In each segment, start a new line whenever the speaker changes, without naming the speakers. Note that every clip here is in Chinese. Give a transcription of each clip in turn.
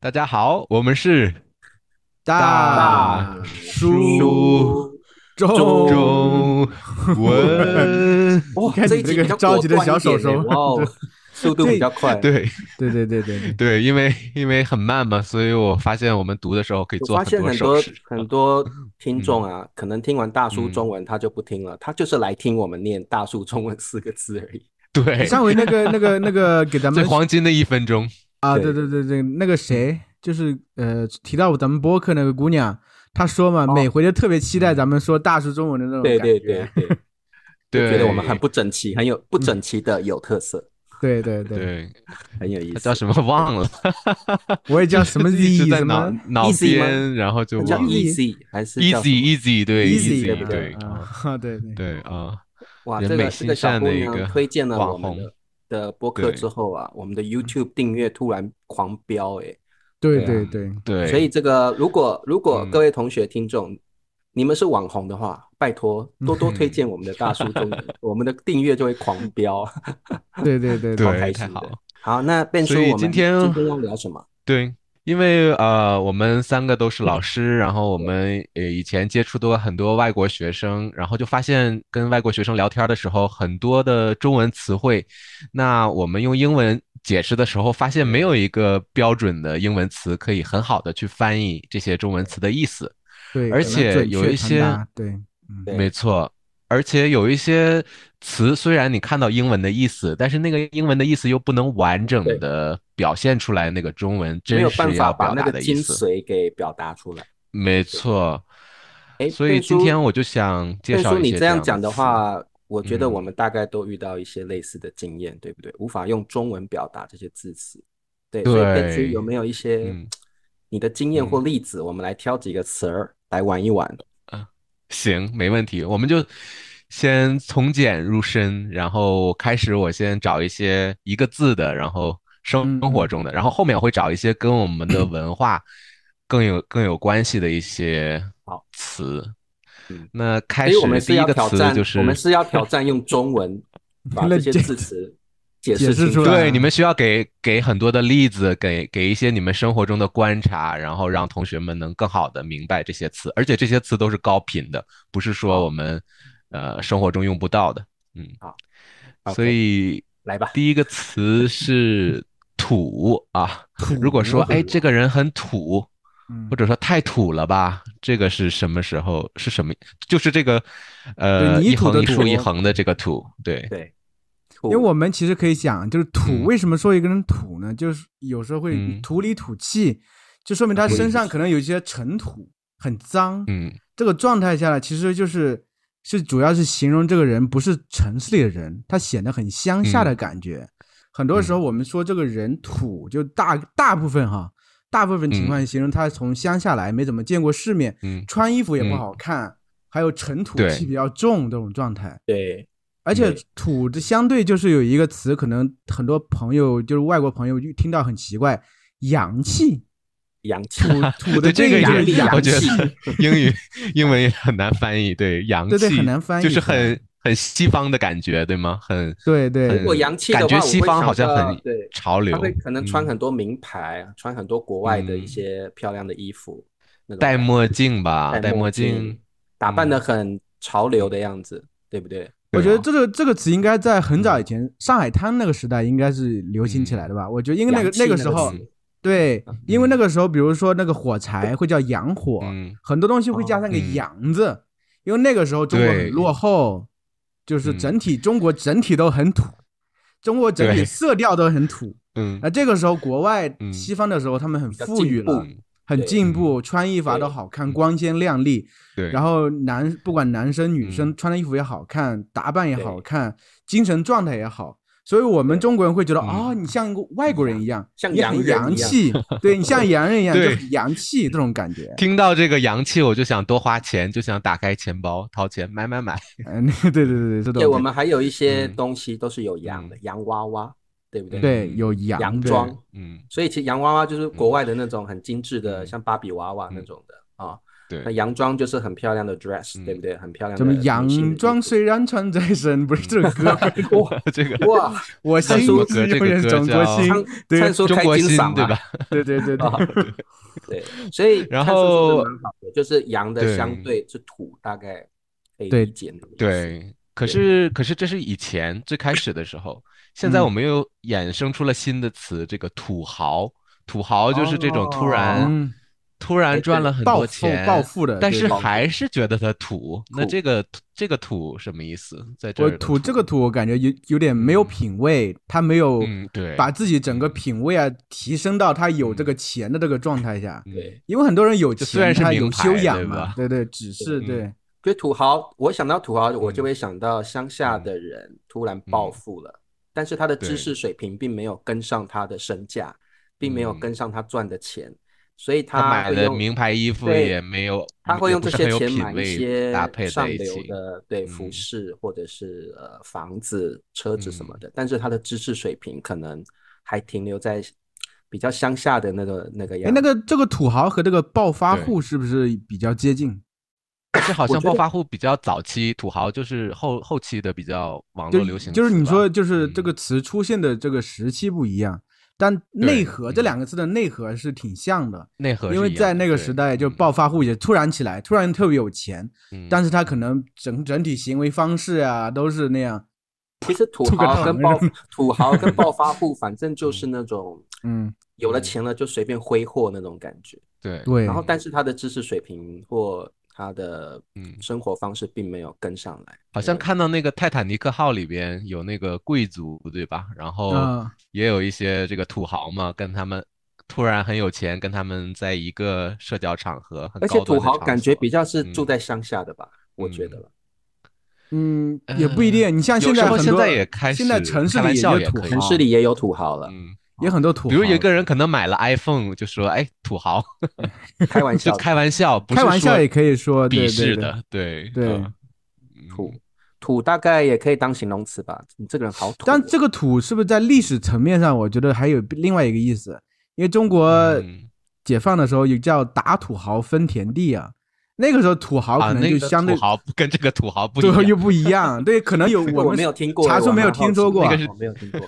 大家好，我们是
大
叔
中
中文，
你
哇，
看
这
你
一
这
集
个
比较
着
果
急的
断一
小手
点
手
耶哇哦， 速度比较快。，
对
对对对对对，
对，因为因为很慢嘛，所以我发现我们读的时候可以
我
做
发现
多
很
手
多
势。
很多听众
嗯
啊，可能听完大叔中文他就不听了，他就是来听我们念大叔中文四个字而已。
对，
上回 那个那个那个给咱
最
们
黄金的一分钟，
啊，
对
对对对对，那个谁就是呃提到咱们播客那个姑娘，她说嘛，
哦
每回都特别期待咱们说大叔中文的那种
对
哦感
对
觉，
对对，
对，
就觉得我们很不整齐，很有不整齐的有特色，
对对对
对，
很有意
他
嗯
思。
叫什么忘了，
我也叫什么
一
Z
直在
什
脑
么
脑
Easy 吗
边，然后就
叫
忘了
Easy 还是叫
easy easy 对
Easy
对不
对
对啊，对对
对啊，
哇，
人
这
美
个这
心
个小
善
姑
的一
娘
个
推荐了
网
我们
红
的的播客
对
之后啊，我们的 YouTube 订阅突然狂飙哎、
对
对
对
啊
对，
对，
所以这个如果如果
嗯
各位同学听众，你们是网红的话，拜托
嗯
多多推荐我们的大叔中 文，我们的订阅就会狂飙。
对对对
好
啊对
开
太
心的
好了。
好，那变叔，
所以
我们
今天
要聊什么？
对，因为呃，我们三个都是老师，然后我们呃以前接触过很多外国学生，然后就发现跟外国学生聊天的时候，很多的中文词汇，那我们用英文解释的时候，发现没有一个标准的英文词可以很好的去翻译这些中文词的意思。
对，
而
可能
且
准
有
确
一
传
些
达对。嗯
对
没错，而且有一些词虽然你看到英文的意思，但是那个英文的意思又不能完整
对
的表现出来那个中文真
没有办
实
法
要
把
表
那
达
个
的意
精
思。
髓给表达出来。
没错，
哎，
所以
变
今
叔
天我就想介
变
绍
叔，
一
你
些
这
这样
样
的
讲的
词
话，我觉得
嗯
我们大概都遇到一些类似的经验，对不对？无法用中文表达这些字词，对，所以变叔
对
有没有一些
嗯
你的经验
嗯
或例子？我们来挑几个词儿来玩一玩。
行，没问题，我们就先从简入深，然后开始我先找一些一个字的，然后生
嗯
活
嗯
中的，然后后面我会找一些跟我们 的文化更有更有关系的一些
好
词
嗯。
那开
所以我们
始
是
第一
要
个
挑
词
战，
就
我们是要挑战用中文把这些字词解释清
解释出
楚。
来
对，你嗯们需要给给很多的例子，给给一些你们生活中的观察，然后让同学们能更好的明白这些词，而且这些词都是高频的，不是说我们呃生活中用不到的。嗯，
好
所
OK，
以
来吧，
第一个词是土啊，如果说哎这个人很土，
嗯
或者说太土了吧，这个是什么时候是什么？就是这个呃
对泥
一
土的
横一竖一
土
横的这个土，对
对，
因
因
为我们其实可以讲，就是
嗯
土为什么说一个人土呢？就是有时候会
嗯
土里土气，就说明他
土里
身
土
上可能有一些尘土，很脏。
嗯
这个状态下来，其实就是是主要是形容这个人不是城市里的人，他显得很乡下的
嗯
感觉。很多时候我们说这个人土，就大大部分哈，大部分情况形容他从乡下来，没怎么见过世面，
嗯
穿衣服也不
嗯
好看，还有尘土
对
气比较重这种状态。
对
而且
对
土的相对就是有一个词，可能很多朋友就是外国朋友就听到很奇怪，洋气，
洋气
土土
对
的
这个
定义
就
就是是
洋
我
洋
觉
气，
得 英语英文也很难翻译，对洋气
对对很难翻译
就是
出来
很很西方的感觉，对吗？很
对对
很
如果洋气的
感觉
话我
西
会
方
想
好像
到
很
对
潮流
他，会可能
嗯
穿很多名牌，穿很多国外的一
嗯
些漂亮的衣服，那种
戴
感觉
墨镜吧，
戴
戴
墨
墨
镜
镜，，
打扮的
嗯
很潮流的样子，对不对？
我
对
觉得
啊
这个这个词应该在很早以前上海滩那个时代应该是流行起
嗯
来的吧？我觉得因为那个
洋气
那个
那
时
个
候
词，
对，因为
嗯
那个时候比如说那个火柴会叫洋火，
嗯
很多东西会加上个
嗯
“洋”字，因为那个时候中国
对
很落后，就是
嗯
整体中国整体都很土，中国整体
对
色调都很土。
嗯
那这个时候国外
嗯
西方的时候，他们很
较
富裕
进步
了，很
对
进步，穿衣服啊
对嗯
都好看，光鲜亮丽。
对，
然后男不管男生女生
嗯
穿的衣服也好看，打扮也
对
好看，精神状态也好，所以我们中国人会觉得
嗯
啊、你像一个外国人一样，
像
你
洋
很
人一
洋
样
气， 对你像洋 人一样，就
对
很洋气这种感觉。
听到这个洋气，我就想多花钱，就想打开钱包掏钱买买买。
嗯，对对对对，这种
对，我
感
们还有一些
嗯
东西都是有洋的，洋娃娃，对不对？
嗯
对有
洋
的
装，
嗯，
所以其实洋娃娃就是国外的那种很精致的，
嗯
像芭比娃娃那种的啊。
对嗯
那洋装就是很漂亮的 dress，、对不对？很漂亮
怎
的女
么
性的衣服。
洋装虽然穿在身，不是这首 歌。
这个
哇，
我心
什么
中
歌这个
永
歌
远是中国
叫
心
唱，
对
唱说
中
开
国
金
心
嗓啊
对
嘛
吧？
对对 对对
啊，对，所以
然
看叔叔
后
的蛮好的就是羊的
对
相对是土，大概可以
对
理解那个意思。
对，可
对
是可是这是以前最开始的时候，现在我
嗯
们又衍生出了新的词，这个土豪。土豪就是这种突
哦
然、
嗯，
突然赚了很
暴
多
富
钱，
暴富的，
但
对
是
暴富
还是觉得他土。那
土
这个这个土什么意思？在这
我
儿的
土这个土，我感觉有有点没有品味，他没有
嗯，对，
把自己整个品味啊提升到他有这个钱的这个状态下。
嗯
对，
因为很多人有
就虽然
钱，
是
他
名
有
牌
修养
对
嘛
吧，
对对，只是
嗯
对，
所以土豪，我想到土豪，我就会想到乡下
嗯
的人突然暴富了，但是他的知识水平并没有跟上他的身价，并没有跟上他赚的钱，所以
嗯他买
会
的
用
名牌衣服
对
也没有，
他会
也
用
不
这
是很
些
有
钱
品
买一
味
些
搭配
上
在一
流
起。
的对服
嗯
饰或者是呃房子、车子什么的，但是他的知识水平可能还停留在比较乡下的那个那个
哎，
样
那
子。
个这个土豪和这个暴发
对
户是不是比较接近？
但是好
我
像
觉
暴
得
发户比较早期，土豪就是后后期的比较网
就
络流行
就是
词
你
吧
说，就是这
嗯
个词出现的这个时期不一样，但内核这
嗯
两个字的内核是挺像的，
内核是一样的，
因为在那个时
对
代，就暴发户也突然起来，突然特别有钱，
嗯
但是他可能整整体行为方式啊都是那样，
其实土
吐个
豪
痰
跟
那
暴
种
土豪跟暴 发户，反正就是那种
嗯，
有了钱了就随便挥霍那种感觉。
对
对
然后，但是他的知识水平或他的
嗯
生活方式并没有跟上来。
好像看到那个《泰坦尼克号》里边有那个贵族，对吧？然后
啊
也有一些这个土豪嘛，跟他们突然很有钱，跟他们在一个社交场合，很
而且
高端
土
的
豪
场
感觉
所
比较是住
嗯
在乡下的吧，我觉得了。
嗯，也不一定。你像现在
呃有时候
很
现
多，
在也开始
现在城市
开玩
里
笑
就
也
土
可以
豪
城市里也有土豪了，
嗯，
也很多土豪，
比如有一个人可能买了 iPhone，就说哎土豪，
开玩
嗯 就
笑的。
开玩笑，不
开
是
玩笑
说
也可以说，
鄙
对对
视
对
的，对
对
嗯
土土大概也可以当形容词吧，你这个人好土哦。
但这个土是不是在历史层面上，我觉得还有另外一个意思，因为中国
嗯
解放的时候有叫打土豪分田地啊，那个时候土豪
啊，
可能
那
就
个
相对
土豪不跟这个土豪不一
对
样，
又不一样，对，可能有
这个
我
我
们
没有听过，
查
我
出没有
蛮好奇
听说
的
过啊
那个是
我没有听 过。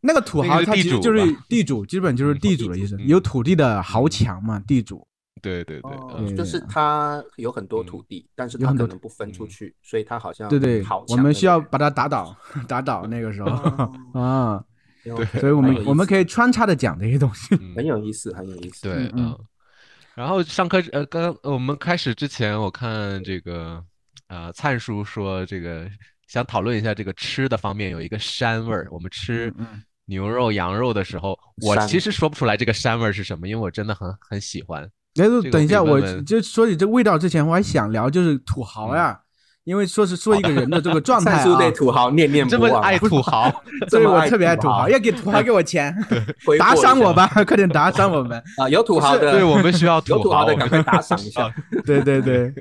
那个土
那
豪，
个是
他
地
其实
主
就是
吧
地主，基本就是地主的意思，
嗯
有土地的豪强嘛，地主。
对对对，
哦
嗯
对
就是他有很多土地，但是
有
他
很
可
多嗯
能不分出去，所以他好像
对对
好，
我
啊强
们
的
需要
那个
把他打倒， 打倒那个时候
人。
啊，
对
所以我
很有意
们
思
我们可以穿插的讲这些东西。
嗯
很有意思，很有意思。
对，
嗯
嗯。然后上课呃，刚呃我们开始之前，我看这个呃，灿叔说这个想讨论一下这个吃的方面，有一个膻味儿。我们吃
嗯嗯
牛肉、羊肉的时候，我
膻
其实说不出来这个膻味儿是什么，因为我真的很很喜欢。
来，就
这个
等一
可以
下，
问
我
问
就说起这味道之前，我还想聊就是土豪呀，因为说是说一个人的这个状态
灿
啊
叔，对土豪念念
这
不
么
忘啊，
爱土豪，
所以
这么
我
爱
特别爱土
土
豪，
豪
要给土豪给我钱，
回
打
过一
赏
下
我吧， 快点打赏我们。
啊！有土豪的，
对我们需要
有
土
土豪的
豪
赶快打赏一下。
对对对，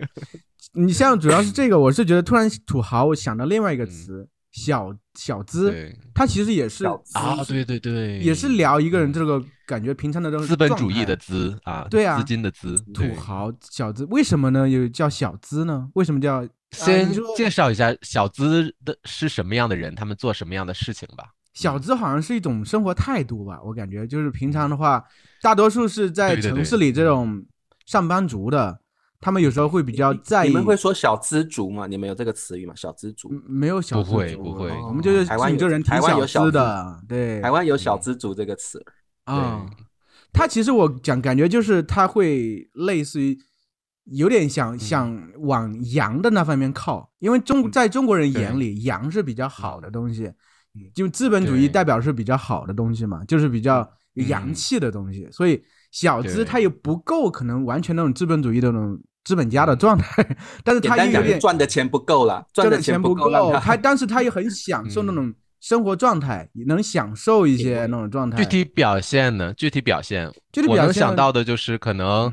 你像主要是这个，我是觉得突然土豪，我想到另外一个词，小小资，
对
它其实也是
小资
啊，对对对，
也是聊一个人
嗯
这个感觉平常的这种
资本主义
状态
的资啊，
对啊
资金的资，对
土豪小资，为什么呢？又叫小资呢？为什么叫？啊
先
你说
介绍一下小资的是什么样的人，他们做什么样的事情吧。
小资好像是一种生活态度吧，我感觉就是平常的话，大多数是
嗯
在
对对对
城市里这种上班族的，他们有时候会比较在意。
你们会说小资族吗？你们有这个词语吗？小资族
嗯，没有小
不
资
会
族
不会
我们就是
哦台湾
你这
有
人挺
台湾有小
资
资
的，对，
台
嗯
湾有小资族这个词，
啊，他其实我讲感觉就是他会类似于有点想想往洋的那方面靠，因为中在中国人眼里，洋是比较好的东西，就资本主义
对
代表是比较好的东西嘛，就是比较洋气的东西，所以小资
对
他也不够可能完全那种资本主义的那种资本家的状态， 但是
简
他又
单
有
讲
点
就赚的钱不够了，赚
的
的
钱
不
够，
让
他但是他又很享受那种生活状态，也能享受一些那种状态。
具体表现呢？具体表现，
哎具体表
我能
现
想
呢嗯
到的就是可能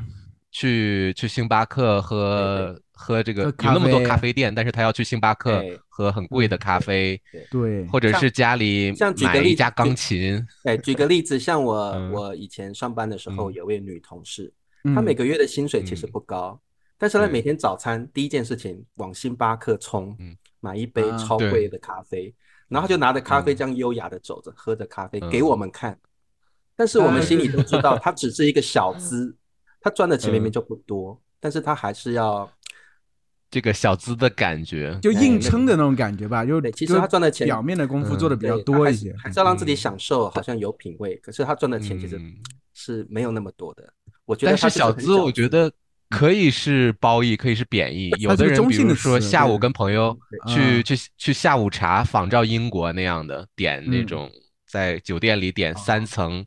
去去星巴克喝喝这个
喝
有
咖
那么多
啡哎
咖啡店，但是他要去星巴克
对
喝很贵的咖啡，
对，
或者
像
是家里
像举个
买
例
一
子
架钢
举
琴，
哎，举个例子，像我、
嗯
我以前上班的时候，
嗯
有位女同事，
嗯
她每个月的薪水其实不高，但是呢，
对
每天早餐第一件事情往星巴克冲，
嗯
买一杯
啊
超
对
贵的咖啡，然后他就拿着咖啡这样优雅的走着，喝着咖啡
嗯啊
给我们看。但是我们
哎
心里都知道，他只是一个小 资，他赚的钱明明
嗯
就不多，但是他还是要
这个小资的感觉，哎
就硬
那
撑的那种感觉吧，就
对其实
就
他赚的钱
表面的功夫做的比较
对他
多
还
一
是
些。
还是要让自己
嗯
享受，好像有品味。可是他赚的钱其实
嗯
是没有那么多的。我觉得
但
他
是
就是
小
很
资，我觉得可以是褒义，可以是贬义。有
嗯它是
的
个
人，
中
比
性
如
的
说
词
下午
对
跟朋友
嗯
去
啊
去去下午茶，仿照英国那样的点那
嗯
种在酒店里点
哦
三层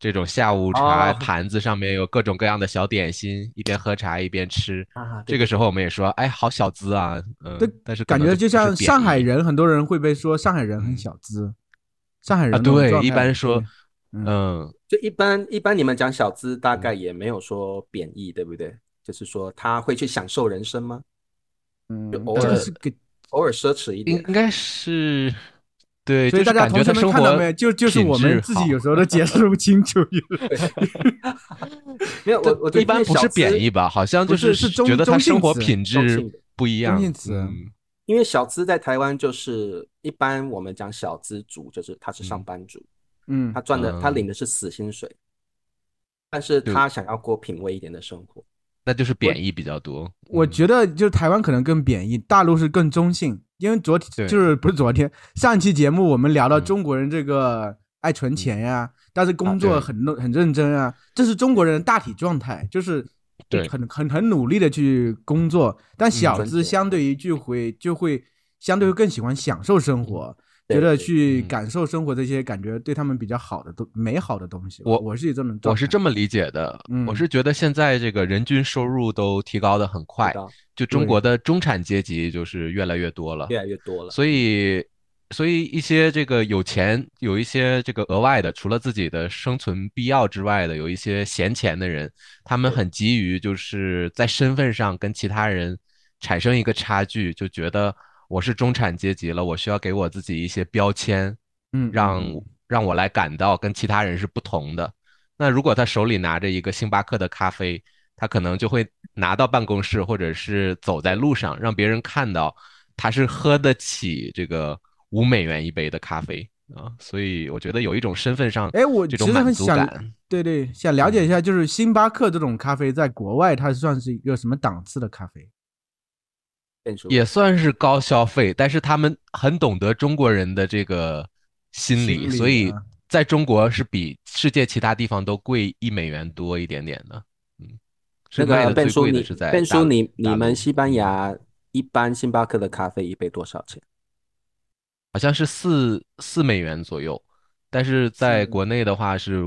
这种下午茶，
哦
盘子上面有各种各样的小点心，一边喝茶一边吃。
啊，对
这个时候我们也说，哎，好小资啊，嗯
对，
但是可
感
能
觉
就
就
不是
像
贬
上海
义
人，很多人会被说上海人很
嗯
小资，上海人
啊，
那种
对，
状
一
态
般说，
嗯
嗯，
就一般一般你们讲小资，大概也没有说贬义，对不对？就是说他会去享受人生吗？
嗯，
就偶
这个
尔
是给，
偶尔奢侈一
应
点，
应该是，对，
所
就
以
是
大家
感
同
觉他
学们
生
看到
活
没有？就就是
品
我们
质
自己
好
有时候都解释不清楚，
没有我我对
一般
因为
不是
小资
贬义吧？好像
不
就是
是中
觉得他
中性
生活
词
品
中
质
性的
不一样。
中性词
嗯
因为小资在台湾就是一般我们讲小资族，就是他是上
嗯
班族，
嗯
他，赚的他
嗯
领的是死薪水，但是
对
他想要过品味一点的生活。
那就是贬义比较多。
我
嗯
觉得就是台湾可能更贬义，大陆是更中性。因为昨
对
天就是不是昨天上期节目我们聊到
嗯
中国人这个爱存钱呀、但是工
啊对
作很弄很认真啊，这是中国人的大体状态，就是
对嗯
很很很努力的去工作。但小
赚
资
钱
相对于就会就会相对会更喜欢享受生活，
对
觉得
对
去
嗯
感受生活这些感觉对他们比较好的都美好的东西。
我
我是有这种状态，
我是这么理解的，我
嗯
是觉得现在这个人均收入都提高的很快
知，道
就中国的中产阶级就是越来越多了，
越来越多了，
所以。所以一些这个有钱，有一些这个额外的，除了自己的生存必要之外的，有一些闲钱的人，他们
对
很急于就是在身份上跟其他人产生一个差距，就觉得我是中产阶级了，我需要给我自己一些标签，
嗯
让
嗯
让我来感到跟其他人是不同的。那如果他手里拿着一个星巴克的咖啡，他可能就会拿到办公室，或者是走在路上，让别人看到他是喝得起这个五美元一杯的咖啡啊。所以我觉得有一种身份 上
哎，我
这
其
种
实
满
很
足
想
感。嗯
对对，想了解一下，就是星巴克这种咖啡在国外它算是一个什么档次的咖啡？
变数
也算是高消费，但是他们很懂得中国人的这个心理，
心理
所以
啊
在中国是比世界其他地方都贵一美元多一点点的。嗯，是
那
卖
个
的
变
最
叔
贵
你
的是在
变
大
叔你
大
你
陆
们西班牙一般星巴克的咖啡一杯多少钱？
好像是四四美元左右，但是在国内的话是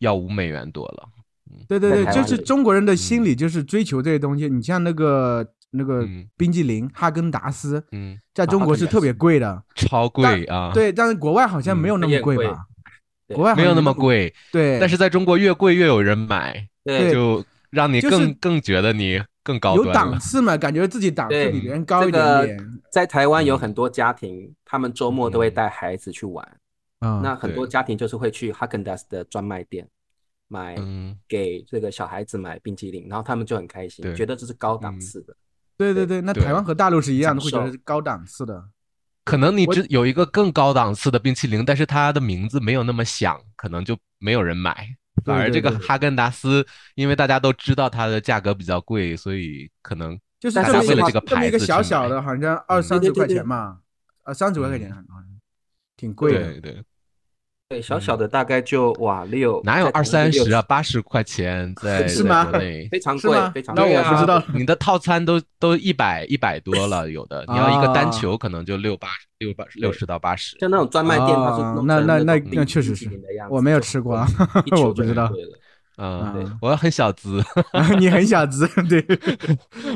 要五美元多了。
对对
在
对，
台
就
湾
是
有
中国人
嗯
的心理就是追求这些东西。你像那个那个
嗯
冰激凌哈根达斯，
嗯，
在中国是特别贵的，
超贵啊，，
对，但是国外好像没
嗯
有那么
也很
贵
贵
吧？
对
国外好
没
像
有那
那
么，贵，
对，
但是在中国越贵越有人买，
对
就让你
就是
更更觉得你更高
有
端
档
了。
次嘛，感觉自己档次
对
比别人
这
高一点
个
点
在台湾有
嗯
很多家庭，他们周末都会
嗯
带孩子去玩。
啊。
那很多
对
家庭就是会去 Häagen d a s 的专卖店买，
嗯，
给这个小孩子买冰淇淋，然后他们就很开心，
对
觉得这是高档
嗯
次的。
对对对，那
对
台湾和大陆是一样的，会
享
觉得
受
是高档次的。
可能你
我
只有一个更高档次的冰淇淋，但是它的名字没有那么响，可能就没有人买。
对
反而
对
这个
对
哈根达斯，因为大家都知道它的价格比较贵，所以可能
就是
大
这
家
么一
为了这
个
个
这么
牌
一个
子去
小小
买
的，好像二
嗯
三
对
十
对对
块
对
钱吧，啊，三十块钱好像挺贵的。
对对，
对，小
嗯
小的大概就哇六，
哪有
在
二
台湾就
三
六
十啊？
七，
八十块钱在
是
在
吗
国内，
非常
是
贵
吗，
非常
那
贵
我
对
不知
啊
道，
你的套餐都都一百一百多 了，有的你要一个
啊
单球可能就六八六八六十到八十，
像那种专卖店，它是
啊
弄
那
成
那那
那
那确实是我没有吃过啊 我不知道
嗯，
啊
我很小资，
你很小资，对，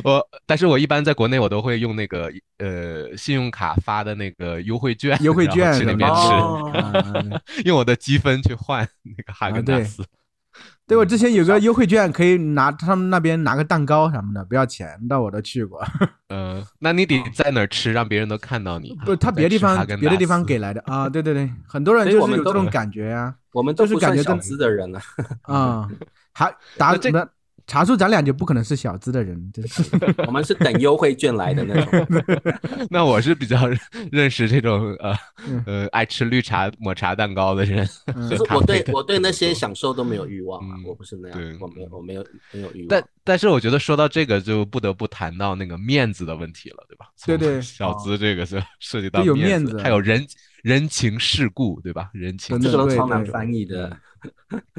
我但是我一般在国内我都会用那个呃信用卡发的那个优惠券，
优惠
然后
券
去
什
那
么
边
的
吃，
啊
哦，
用我的积分去换那个哈根达
对
斯。
对我之前有个优惠券，可以拿他们那边拿个蛋糕什么的，不要钱，到我都去过。
嗯，那你
哦
得在哪儿吃，让别人都看到你。
不，他
在
别地
吃哈
方
根
别的
达
地方
斯
给来的啊，对对对，很多人
所以
就
我
是
们
有这
都
种感觉啊
我们都
就是
不
感
算
觉
小
跟
资的人了，
啊，还达
那这
那查出咱俩就不可能是小资的人，真是。
我们是等优惠券来的那种。
那我是比较 认识这种呃
嗯
呃爱吃绿茶抹茶蛋糕的人。
可是我对我对那些享受都没有欲望啊，
嗯
我不是那样，我没有我没有没有欲望。
但但是我觉得说到这个就不得不谈到那个面子的问题了，对吧？
对对，
小资这个是涉及到
有
面
子，
还有人人情世故，对嗯吧？人情
这个都超难翻译的。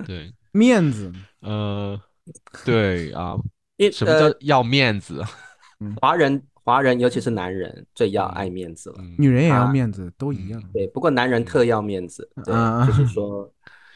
对，
面子，
呃。对啊，
因呃
什么叫要面子？啊
华人华人尤其是男人最
嗯
要爱面子了，
女人也要
啊
面子，都一样。
对，不过男人特要面子，
嗯
对，就是说，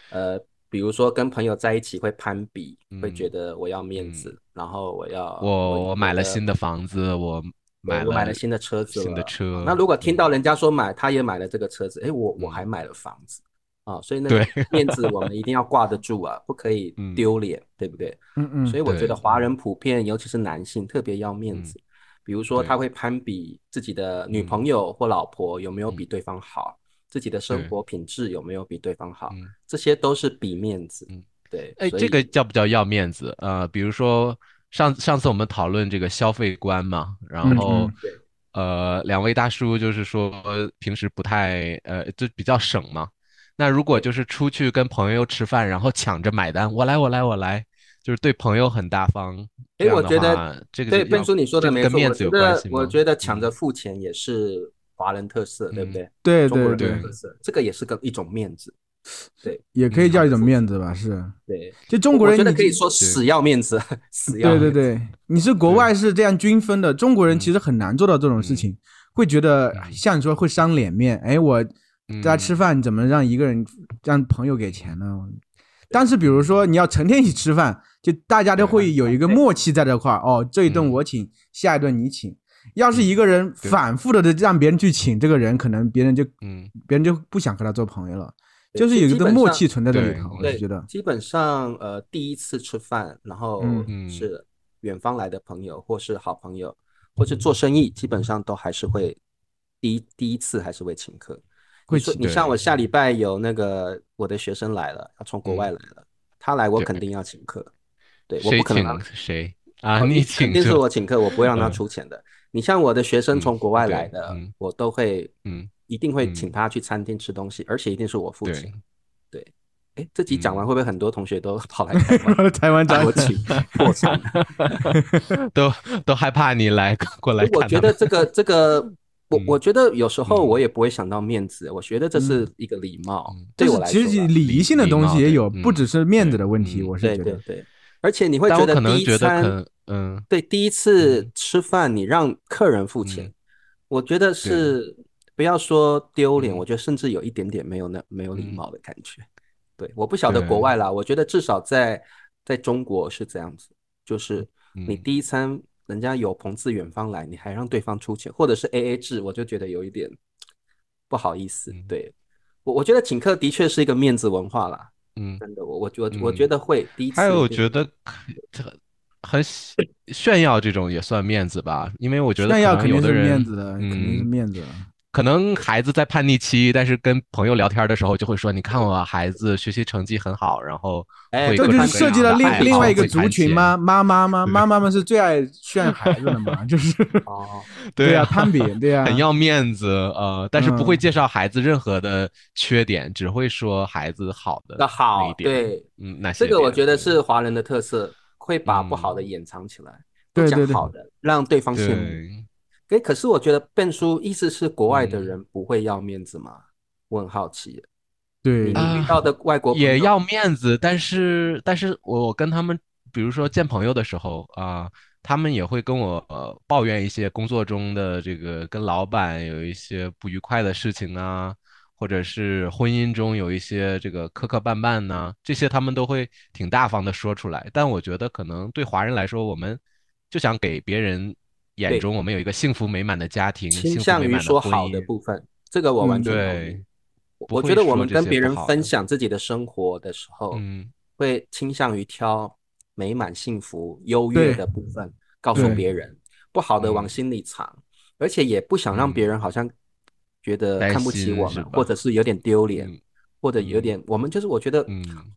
呃，比如说跟朋友在一起会攀比，会觉得我要面子，然后我要
嗯我我买了新的房子，我买了
买了新的车子，
新的车。嗯
那如果听到人家说买，他也买了这个车子，哎，我我还买了房子。啊、哦，所以那面子我们一定要挂得住啊，不可以 丢脸，嗯、对不对？
嗯嗯。
所以我觉得华人普遍，尤其是男性，特别要面子。嗯、比如说，他会攀比自己的女朋友或老婆有没有比对方好，嗯、自己的生活品质有没有比对方好，这些都是比面子。对，
哎，嗯这个叫不叫要面子？呃，比如说上上次我们讨论这个消费观嘛，然后。呃，两位大叔就是说平时不太呃，就比较省嘛。那如果就是出去跟朋友吃饭，然后抢着买单，我来我来我来，就是对朋友很大方。
哎，我觉得
这个
对笨叔你说的没错，
跟面子有关系嗯
我觉得我觉得抢着付钱也是华人特色，对不对？
对
对对，特色这个也是个一种面子，对，
也可以叫一种面子吧，是。
对，
就中国人
觉得可以说死要面子， 死要。
对对对，你是国外是这样均分的，中
嗯
国人其实很难做到这种事情，会觉得像你说会伤脸面。哎，我。
嗯
大家吃饭怎么让一个人让朋友给钱呢？但是比如说你要成天一起吃饭，就大家都会有一个默契在这块儿哦，这一
嗯
顿我请，下一顿你请。要是一个人反复的让别人去请这个人，可能别人就嗯，别人就不想和他做朋友了，就是有一个默契存在这里头。我觉得
基本上呃第一次吃饭，然后
嗯
是远方来的朋友，或是好朋友，或是做生
嗯
意，基本上都还是会第一第一次还是会请客。
会
说你像我下礼拜有那个我的学生来了，要从
嗯
国外来了，他来我肯定要请客，对，我不可能让
谁 啊，你请
哦肯定是我请客，我不会让他出钱的。你像我的学生从国外来的，我都会嗯，一定会请他去餐厅吃东西，而且一定是我付钱。对，哎，这集讲完会不会很多同学都跑来台 湾？
台湾找
我请破产，
都都害怕你来过来。
我觉得这个这个。我我觉得有时候我也不会想到面子，我觉得这是一个礼貌。对我
说，
来
其实礼仪性的东西也有，不只是面子的问题。我是
嗯对对对，而且你会觉得第一餐，
嗯，
对，第一次吃饭你让客人付钱，
嗯
我觉得是不要说丢
嗯
脸，我觉得甚至有一点点没有那没有礼貌的感觉。对，我不晓得国外啦，我觉得至少在在中国是这样子，就是
嗯
你第一餐。人家有朋自远方来，你还让对方出钱，或者是 A A 制，我就觉得有一点不好意思。
嗯
对我，我觉得请客的确是一个面子文化啦。
嗯，
真的，我我我我觉得会第一次。
还有，我觉得很炫耀这种也算面子吧，因为我觉得
炫耀肯
定
是面子的，肯定是面子的。
嗯可能孩子在叛逆期，但是跟朋友聊天的时候就会说：“你看我孩子学习成绩很好，然后
哎，
这就是涉及到另另外一个族群 吗？妈妈吗？妈妈们是最爱炫孩子的嘛，就是
嗯哦，
对
啊， 嗯攀比，对 啊，
很要面子呃，但是不会介绍孩子任何的缺点，只会说孩子好的
好
点。
对，
嗯，那
这个我觉得是华人的特色，会把不好的掩藏起来，
对对对，
好的让对方羡慕。哎，可是我觉得笨叔意思是国外的人不会要面子吗？嗯、我很好奇。
对，
你遇到的外国、啊、
也要面子，但是，但是我跟他们，比如说见朋友的时候啊、呃，他们也会跟我、呃、抱怨一些工作中的这个跟老板有一些不愉快的事情啊，或者是婚姻中有一些这个磕磕绊绊呐、啊，这些他们都会挺大方的说出来。但我觉得可能对华人来说，我们就想给别人。眼中我们有一个幸福美满的家庭，
倾向于说好
的
部分，这个我完全
同意。
我觉得我们跟别人分享自己的生活的时候，会倾向于挑美满、幸福、优越的部分告诉别人，不好的往心里藏，而且也不想让别人好像觉得
嗯
看不起我们，或者是有点丢脸，或者有点我们就是我觉得，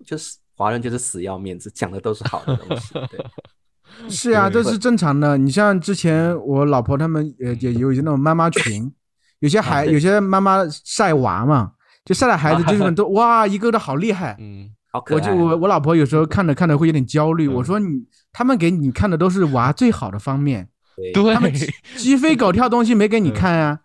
就是 华人就是死要面子，讲的都是好的东西。对，
是啊，这
对
是正常的。你像之前我老婆他们也也有那种妈妈群，有些孩
啊对啊
有些妈妈晒娃嘛，就晒的孩子 就是很多哇，一个个好厉害。
嗯，
好可
我
爱啊
就。我我老婆有时候看着看着会有点焦虑，我
嗯
说你他们给你看的都是娃最好的方面，
对
对
他们鸡鸡飞狗跳东西没给你看啊。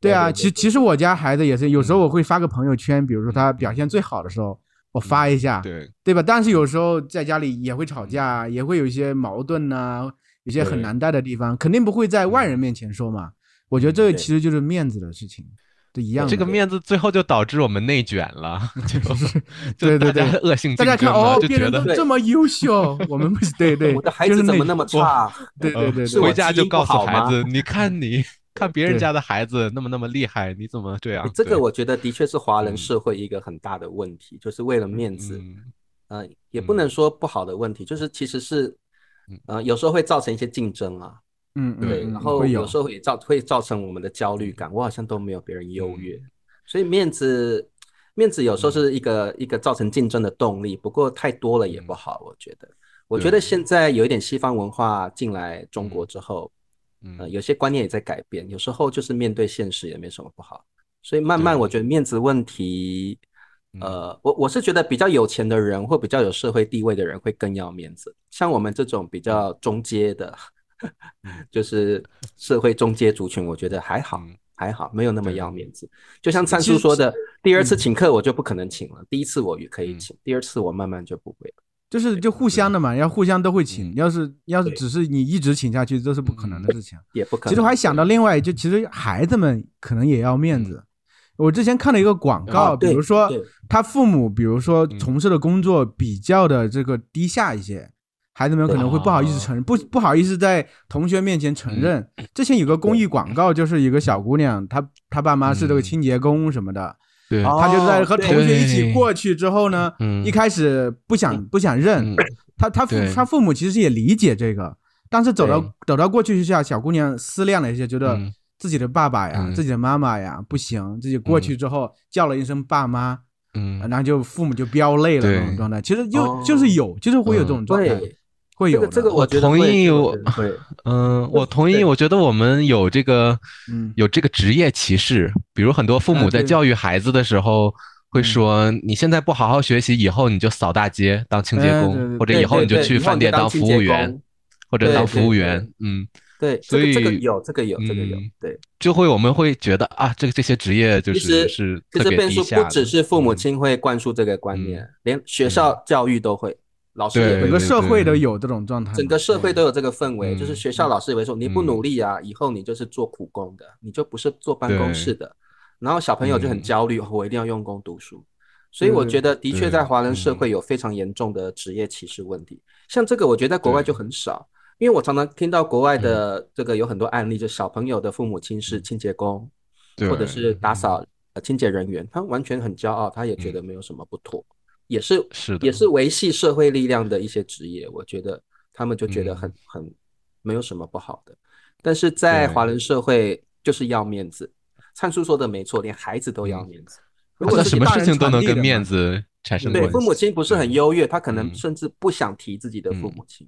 对啊，
嗯对对对
其其实我家孩子也是，有时候
嗯
我会发个朋友圈，比如说他表现最好的时候，我
嗯
发一下，
对，
对吧？但是有时候在家里也会吵架
嗯
啊，也会有一些矛盾呐、有些很
对
难带的地方，肯定不会在外人面前说嘛。我觉得这个
嗯对
其实就是面子的事情，这一样的。
这个面子最后就导致我们内卷 了，就
对
就
对
大家
对
恶性
大
竞
家看
争了
哦，
就
别
觉
人
得
都这么优秀，我们不是对对，
我的孩
就
子
是
怎么
内
那 么差？
对对对
是
对
我
呃回家
基
就
因不
告诉
好
孩
吗
子， 你看你看别人
对
家的孩子那么那么厉害，你怎么这样
欸？这
对
个我觉得的确是华人
嗯
社会一个很大的问题，就是为了面子，
嗯
呃，也不能说不好的问题，就是其实是
嗯，
呃，有时候会造成一些竞争啊，
嗯
对
嗯，
然
嗯
后
会
有
有
时候也造会造成我们的焦虑感，我好像都没有别人优越，所以面子，面子有时候是一个一个造成竞争的动力，不过太多了也不好，我觉得。我觉得
对
现在有一点西方文化进来中国之后，呃，
嗯
有些观念也在改变，有时候就是面对现实也没什么不好。所以慢
对
慢，我觉得面子问题，
嗯
呃，我我是觉得比较有钱的人或比较有社会地位的人会更要面子，像我们这种比较中阶的，
嗯
就是社会中阶族群，我觉得还好
嗯，
还好，没有那么
对
要面子。就像灿
其
叔
实
说的，第二次
嗯
请客我就不可能请了，第一次我也可以
嗯
请，第二次我慢慢就不会了。
就是就互相的嘛，要互相都会请。
嗯
要是要是
对
只是你一直请下去，这是不可能的事情。
也不可能。
其实我还想到另外，就其实孩子们可能也要面子。我之前看了一个广告，
嗯啊
比
对
如说
对
他父母，比如说
嗯
从事的工作比较的这个低下一些，孩子们可能会不好意思承认，不不好意思在同学面前承认。
嗯
之前有个公益广告，就是一个小姑娘，她她爸妈是这个
嗯
清洁工什么的，
对
哦
她就在和
对
同学一起
对
过去之后呢，
嗯
一开始不想不想认，
嗯
他他父
对
他父母其实也理解这个，但是走到
对
走到过去下，小姑娘思量了一下，觉得
嗯
自己的爸爸呀、
嗯
自己的妈妈呀不行，自己过去之后叫了一声爸妈，
嗯
然后就父母就飙泪了
对
那种状态。其实就、
哦嗯
就是有，就是会有这种状态，
对，
会
这
有
个
的。
这个
我
觉得
同
会
意
我
我
觉得会
嗯，我同意。
对
我觉得我们有这个
嗯
有这个职业歧视，比如很多父
啊
母在
对嗯
教育孩子的时候。会说你现在不好好学习，以后你就扫大街当清洁
哎
工，
对对
或者
对
以后
对
你就
对
去
以后
饭
你就
店
当
当
清
服
洁
务员
工，
或者
对
当
对
服务
对
员。嗯，
对，
所
这个这个
以
有，这个有，这个有
嗯，
对。
就会我们会觉得啊，这个这些职业就
其实
是是
其
特
实
别
变
低
数
下
不
的。
只是父母
嗯
亲会灌输这个观念，连学校教育都会，老师也
对
整
会
个
对
社会
对
都有这种状态嘛，
整个社会都有这个氛围，
嗯
就是学校老师也会说，你不努力啊，以后你就是做苦工的，你就不是做办公室的。然后小朋友就很
嗯
焦虑，哦我一定要用功读书。所以我觉得，的确
对
在华人社
嗯
会有非常严重的职业歧视问题。像这个，我觉得在国外
对
就很少，因为我常常听到国外的这个有很多案例，就小朋友的父母亲是清洁工，
嗯对嗯
或者是打扫呃清洁人员，他完全很骄傲，他也觉得没有什么不妥，也是
是的啊
也是维系社会力量的一些职业，我觉得他们就觉得很、
嗯
很没有什么不好的。但是在
对
华人社会就是要面子，灿叔说的没错，连孩子都要面子。如果
那
是
嗯什么
大
事
人
情都能跟
传递的嘛
面子产生
没
关系。
对父母亲不是很优越，他可能
嗯
甚至不想提自己的父母亲，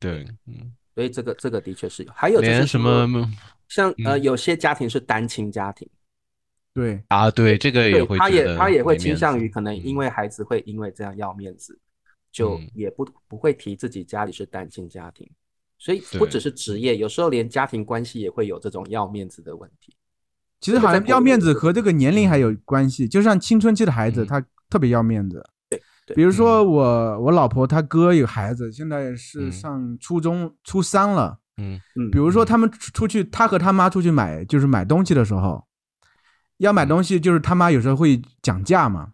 对，嗯，
所以这个这个的确是有。还有就是
连什
说
么
像呃
嗯
有些家庭是单亲家庭。
对，
啊，对，这个
对，
会
他
觉
也
得
他也会
没
倾
面
向
子
于可能因
嗯
为孩子会因为这样要面子，就
嗯
也不不会提自己家里是单亲家庭，所以不只
对嗯
是职业，有时候连家庭关系也会有这种要面子的问题。
其实好
这个在
像
国
要
内
面
就嗯
子
是
和这个年龄还有关系，就像青春期的孩子，
嗯
他特别要面子。
对嗯
比如说我我老婆她哥有孩子，现在是
嗯
上初中初三了。
嗯
嗯，
比如说他们出出去，他和他妈出去买，就是买东西的时候，要买东西，就是他妈有时候会讲价嘛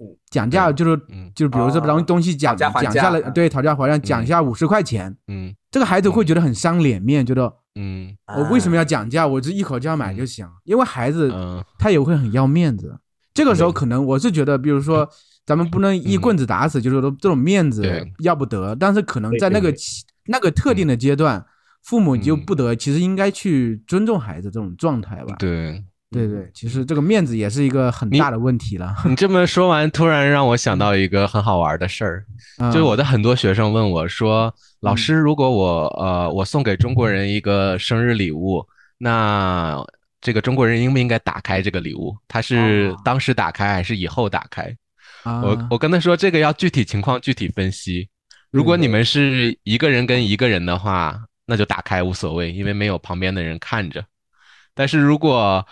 嗯，
讲价就是
嗯
就是比如说
哦
东东西讲
讨价还
讲
价
下了，
嗯
对，讨价还价讲下五十块钱，
嗯
这个孩子会觉得很伤脸面，觉得
嗯
我哦为什么
要？
要讲价，我这一口价买
嗯
就行，因为孩子
嗯
他也会很要面子。这个时候
对
可能我是觉得，比如说咱们不能一棍子打死，就是说这种面子
对
要不得。但是可能在那个
对对
期那个特定的阶段，父母就
嗯
不得，其实应该去尊重孩子这种状态吧。
对
对对，其实这个面子也是一个很大的问题了。
你这么说完，突然让我想到一个很好玩的事儿，
嗯
就是我的很多学生问我说：“老师，如果我呃我送给中国人一个生日礼物，那这个中国人应不应该打开这个礼物？他是当时打开还是以后打开？”
嗯啊
我我跟他说这个要具体情况具体分析。如果你们是一个人跟一个人的话，那就打开无所谓，因为没有旁边的人看着。但是如果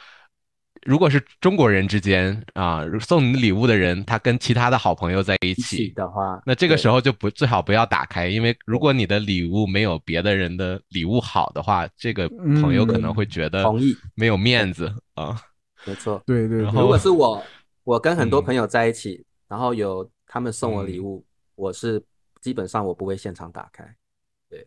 如果是中国人之间啊，送你礼物的人，他跟其他的好朋友在一起
的话，
那这个时候就不最好不要打开，因为如果你的礼物没有别的人的礼物好的话，这个朋友可能会觉得
嗯同意
没有面子啊。
没错，
对对。
如果是我，我跟很多朋友在一起，嗯、然后有他们送我礼物，嗯、我是基本上我不会现场打开，对，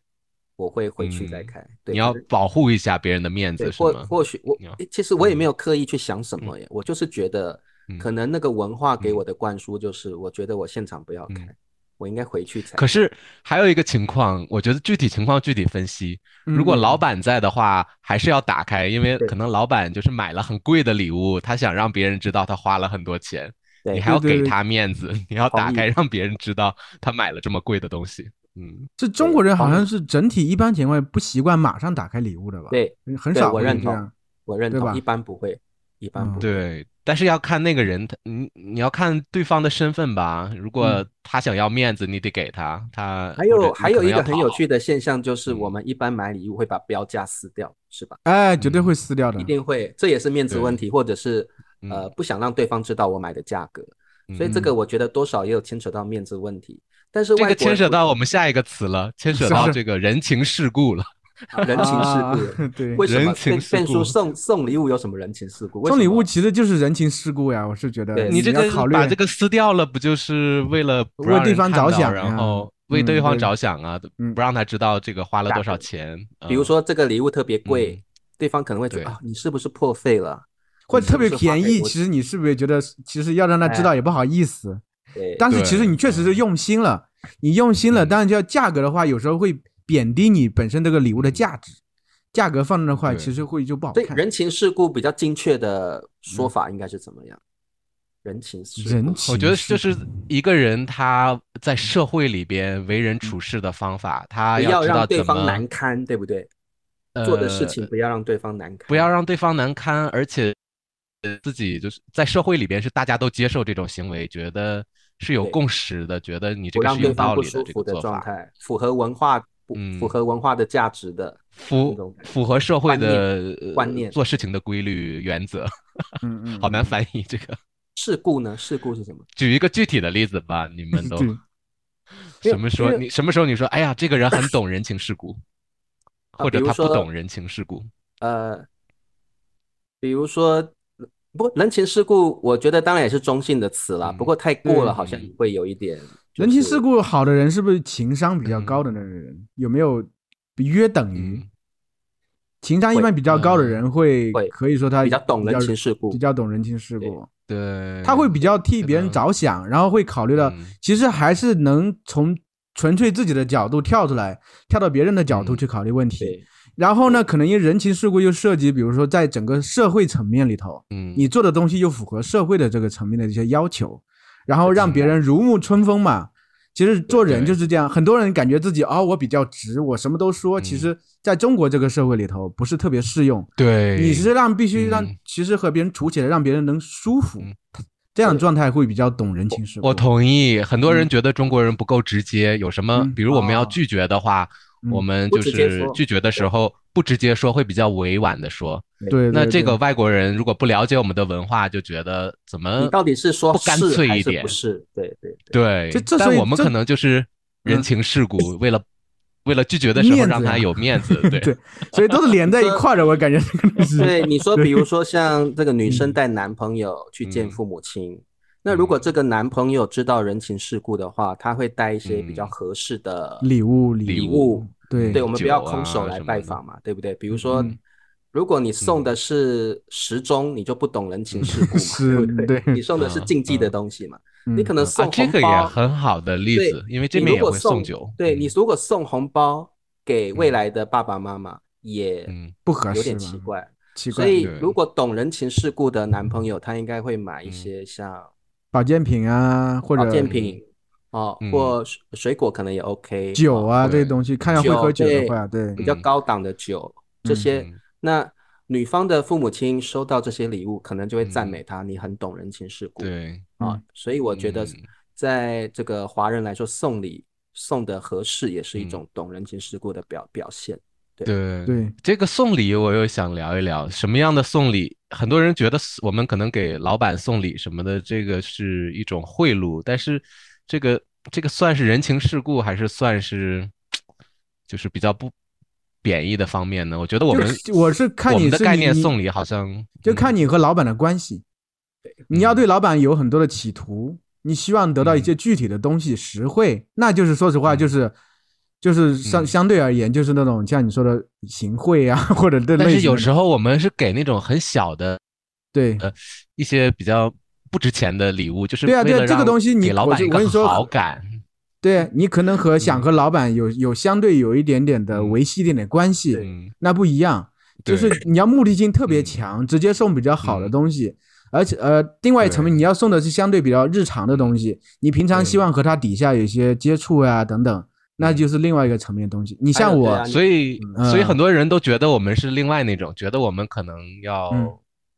我会回去再开。嗯、对，
你要保护一下别人的面子是嗯
吗？或或许我其实我也没有刻意去想什么耶，我就是觉得。可能那个文化
嗯
给我的灌输就是，我觉得我现场不要开，嗯、我应该回去才。
可是还有一个情况，我觉得具体情况具体分析。
嗯
嗯
如果老板在的话，还是要打开，因为可能老板就是买了很贵的礼物，他想让别人知道他花了很多钱，你还要给他面子，你要打开让别人知道他买了这么贵的东西。嗯，
这中国人好像是整体一般情况不习惯马上打开礼物的吧？
对，
很少
我认同，我认同，
吧
一般不会，一般不会。嗯、
对。但是要看那个人，他你你要看对方的身份吧。如果他想要面子，你得给他。嗯、他
嗯还有还有一个很有趣的现象，就是
嗯
我们一般买礼物会把标价撕掉，是吧？
哎，绝对会撕掉
嗯
的，
一定会。这也是面子问题，或者是呃不想让对方知道我买的价格。嗯、所以这个我觉得多少也有牵扯到面子问题。但是
这个牵扯到我们下一个词了， 牵扯到这个人情世故了。
啊、人情世
故，啊、 对，
为什么
变
变叔送送礼物有什么人情世故？
送礼物其实就是人情世故呀，我是觉得
你这个
考虑
把这个撕掉了，不就是为了
为对方着想，
然后
嗯
为对方着想啊，嗯、不让他知道这个花了多少钱。嗯
比如说这个礼物特别贵，嗯、对方可能会觉得啊，你是不是破费了？
或者特别便宜，其实你是不是觉得其实要让他知
哎
道也不好意思？
对，
但是其实你确
嗯
实是用心了，你用心了，当然就要价格的话，有时候会。贬低你本身这个礼物的价值，价格放那块其实会就不好看。
所以人情世故比较精确的说
嗯
法应该是怎么样？人情世故，
人情
我觉得就是一个人他在社会里边为人处事的方法，他
要
啊知道呃
让对方难堪，对不对？做的事情不要让对方难堪，
不要让对方难堪，而且自己就是在社会里边是大家都接受这种行为，觉得是有共识的，觉得你这个是有道理
的这
个做
法，符
合
文化。符合文化的价值的，
符符合社会的呃
观念，
做事情的规律原则。
嗯嗯，
好难翻译这个。
事故呢？事故是什么？
举一个具体的例子吧，你
嗯
们都什么时候你什么时候你说，哎呀，这个人很懂人情世故，
啊
或者他不懂人情世故。
呃，比如说，不，人情世故，我觉得当然也是中性的词啦，不过太过了，好像会有一点。
人情世故好的人是不是情商比较高的那个人？嗯、有没有约等于、
嗯、
情商一般比较高的人会可以说他
比较懂人情世故，
比较懂人情世故，
对，
他会比较替别人着想，然后会考虑到、嗯、其实还是能从纯粹自己的角度跳出来，跳到别人的角
嗯
度去考虑问题。然后呢，可能因为人情世故又涉及，比如说在整个社会层面里头，
嗯，
你做的东西又符合社会的这个层面的一些要求。然后让别人如沐春风嘛，其实做人就是这样。很多人感觉自己哦，我比较直，我什么都
嗯
说。其实在中国这个社会里头，不是特别适用。
对，
你是让必须
嗯
让，其实和别人处起来，让别人能舒服，这样状态会比较懂人情世故。
我同意，很多人觉得中国人不够直接，有什么，比如我们要拒绝的话，
嗯
我们就是拒绝的时候不直接说，会比较委婉的说。
对，
那这个外国人如果不了解我们的文化，就觉得怎么
你到底是说
呃不干脆一
点？不是，对对
对。
这这，
但我们可能就是人情世故，为了为了拒绝的时候让他有面子，对
对，所以都是连在一块的。我感觉这 个是。
对，你说，比如说像这个女生带男朋友去见父母亲，那如果这个男朋友知道人情世故的话，他会带一些比较合适的
礼物，
礼
物。
对
对，我们不
啊
要空手来拜访嘛，对不对？比如
嗯
说。如果你送的是时钟，你就不懂人情世 故嘛，对不对？你送的是禁忌的东西嘛，
嗯
嗯
你可能送
啊这个也很好的例子，因为这边也会送酒。嗯
对你如果送红包给未来的爸爸妈妈，也
嗯
不合适，
有点奇怪。
奇怪
所，以
对
如果懂人情世故的男朋友，他应该会买一些像
保健品啊，或者
保健品哦
嗯，
或水水果可能也 OK，
酒
哦
啊
对
这些东西，看要会
酒
喝酒的
对
话，对
比较
嗯
高档的酒这些
嗯。
那女方的父母亲收到这些礼物，可能就会赞美他，你很懂人情世
嗯
故
对，
啊
嗯。
所以我觉得
嗯，
在这个华人来说，送礼送的合适也是一
嗯
种懂人情世故的表表现。
对
对，
这个送礼，我又想聊一聊什么样的送礼。很多人觉得我们可能给老板送礼什么的，这个是一种贿赂，但是这个这个算是人情世故，还是算是就是比较不贬义的方面呢？我觉得我们
就我是看
我
你
们的
是
概
你
念
你
送礼好像
就看
你
你和老板的关系。你
嗯
要对老板有很多的企图，你希望得到一些具体的东西实惠，那就是说实话，
嗯
就是就是相
嗯
相对而言，就是那种像你说的行贿啊， 或者这类
但
型
是
的
有时
东
候我呃们是给那种很小的
对
一些比较不值钱的礼物，就是
对啊对啊
为了
这个
让
东西你
给老
我
板
就
一
我跟
个
你说
好感，
对你可能和想
嗯
和老板有有相对有一点点的
嗯
维系一点点关系，
对
嗯，
那不一样，就
对
是你要目的性特别
嗯
强，直接送比较好的
嗯
东西，而且呃，另外一层面
对
你要送的是相对比较日常的东西，你平常希
对
望和他底下有一些接触呀、等等，那
嗯
就是另外一个层面的东西。你
还
像
有
我，
对啊
所以，
嗯
所以很多人都觉得我们是另外那种，觉得我们可能要、
嗯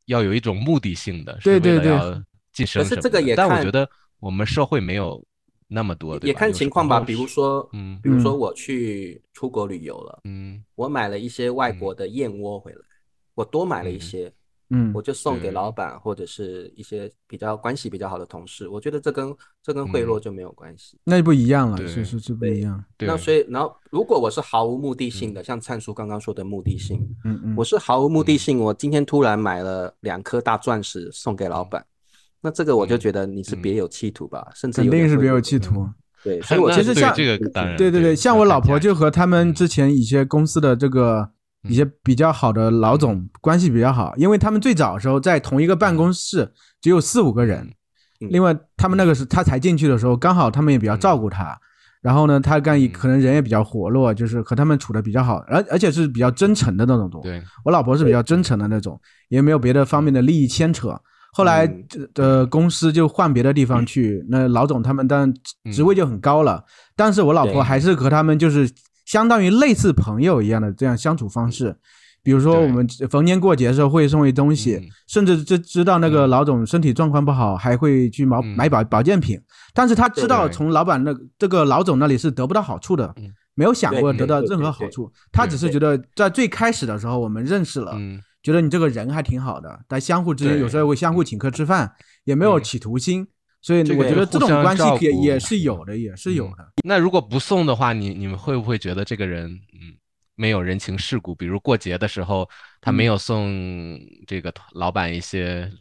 要有一种目的性的，
对
是为了
对对
要晋升什
可
么
是
的。
这个也
但我
看
觉得我们社会没有那么多，对
也
吧
看
有时
情况吧，
候
比如
是
说，
嗯
比如说
嗯
我去出国旅游了，
嗯，
我买了一些外
嗯
国的燕窝回来，我多买了一
嗯
些，
嗯
我就送给
对
老板或者是一些比较关系比较好的同事。我觉得这跟这跟贿赂
嗯
就没有关系。
那就不一样了，
对
是是是不一样，
对，
那所以，然后如果我是毫无目的性的，像灿叔刚刚说的目的性，
嗯嗯，
我是毫无目的性，我今天突然买了两颗大钻石送给老板，那这个我就
嗯
觉得你是
嗯
别有企图吧，甚至
肯
有点嗯
定是
贿
别有
赂
企
的
图。
对，所以我
那
其实
对
像
这个当然
对对对，像
要
我
看
老
价
婆就
值
和他们
嗯
之前一些公司的这个一些比较好的老总关系比较好，因为他们最早的时候在同一个办公室只有四五个人，
嗯
另外他们那个是他才进去的时候，刚好他们也比较照顾他，然后呢，他干
嗯
可能人也比较活络，就是和他们处的比较好，而而且是比较真诚的那种东西。
对，
我老婆是比较真诚的那种，也没有别的方面的利益牵扯。后来
嗯
这呃公司就换别的地方去，那老总他们当然
嗯
职位就很高了，但是我老婆
对
还是和他们就是相当于类似朋友一样的这样相处方式。比如说
对
我们逢年过节的时候会送一东西，
嗯
甚至知知道那个老总身体状况不好，还会去买
嗯
买保保健品。但是他知道
对
从老板那这个老总那里是得不到好处的
嗯，
没有想过
对
得到
对
任何
对
好
对
处，他只
对
是觉得在最开始的时候我们认识
呃
了，
嗯
觉得你这个人还挺好的，但相互之间
对
有时候会相互请客吃饭，也没有
嗯
企图心，所以
这
我
个
觉得
互
这种
相
关系
照
也
顾
也是有的，也是有
嗯
的。
那如果不送的话，你你们会不会觉得这个人嗯没有人情世故？比如过节的时候，他没
嗯
有送这个团老板一些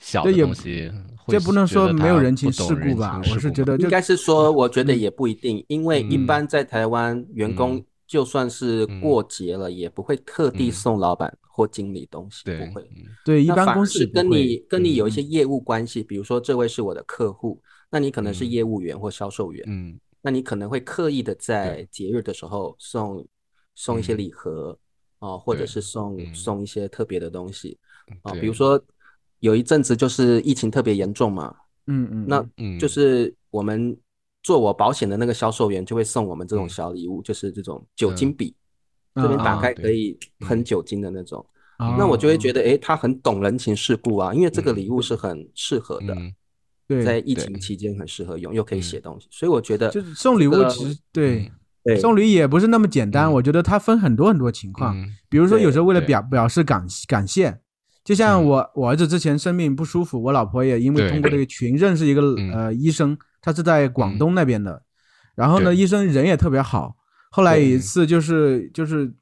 小
这
的
也
东
不
西，会
这不能
觉得
说没有
他
人
不
情
懂
世故
人
吧
情？
我
世
是
故
觉
吗
得就
应该是说，我觉得
嗯
也不一定，因为一
嗯
般在台湾，员工
嗯
就算是过
嗯
节了，也不会特地
嗯
送老板或经理东西，不
对，
会。
嗯
对一
那
般
反
公
而
司
是
也不
跟你
会。
跟你有一
嗯
些业务关系，比如说这位是我的客户，那你可能是
嗯
业务员或销售员，
嗯
那你可能会刻意的在
对
节日的时候送送一些
嗯
礼盒啊、或者
对
是送
嗯
送一些特别的东西啊、比
对
如说有一阵子就是疫情特别严重嘛，
嗯嗯，
那
嗯
嗯
就是我们做我保险的那个销售员就会送我们这种
嗯
小礼物，就是这种酒
嗯
精笔，这
啊
边打
啊
开
对
可以喷
嗯哦
酒精的那种。
啊
那我就会觉
得
得，诶，他很懂人情世故啊，因为这个
嗯
礼物是很适合的，
嗯
对，
在疫
对
情期间很适合用，又可以
嗯
写东西，所以我觉得
就是送礼
这
物
个
其实对。
对
送礼也不是那么简单，
嗯
我觉得它分很多很多情况。
嗯
比如说，有
对
时候为了
对
表表示感感谢，就像
嗯
我、我儿子之前生病不舒服，我老婆也因为
对
通过这个群认识一个、
嗯
呃医生，他是在广
嗯
东那边的，然后呢，
对
医生人也特别好。后来有一
嗯
次就是就是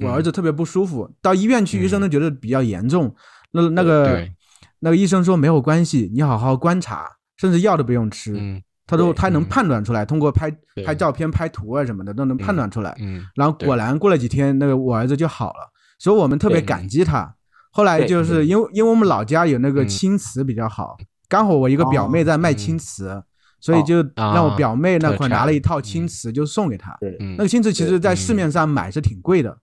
我儿
嗯
子特别不舒服，到医院去，医生
嗯
都觉得比较严重，那那
对
个
对
那个医生说没有关系，你好好观察，甚至药都不用吃。
嗯
他说
对
他能
嗯
判断出来，通过拍
对
拍照片、拍图啊什么的都能判
嗯
断出来。
嗯
然后果
对
然过了几天，那个我儿子就好了，所以我们特别
对
感激他。后来
对
就是因为因为我们老家有那个
嗯
青瓷比较好，刚好我一个表妹
哦
在卖
嗯
青瓷，所以
哦
就让我
啊
表妹那
特
块拿了
产
一套青
嗯
瓷就送给他。
对
嗯
那个青瓷其
对
实在市面上买是挺贵的，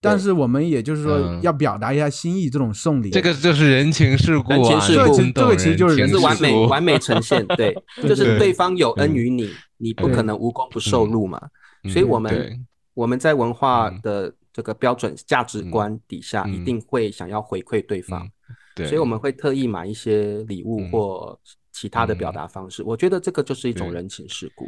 但是我们也就是说
嗯
要表达一下心意，这种送礼，
这个就是人情世故
人情
啊，
世故
你
这
懂
个这个其实就是
人
人
是
情
情
世
完美
故
完美 呈现，对，
对
就是
对
对方有恩
嗯
于你，你不
对
可能无功不受禄嘛。
嗯
所以我们
对
我们在文化
嗯
的这个标准价值
嗯
观底下，一
嗯
定会想要回馈对方
嗯，对，
所以我们会特意买一些礼物
嗯
或其他的表达方式。我觉得这个就是一种
对
人情世故。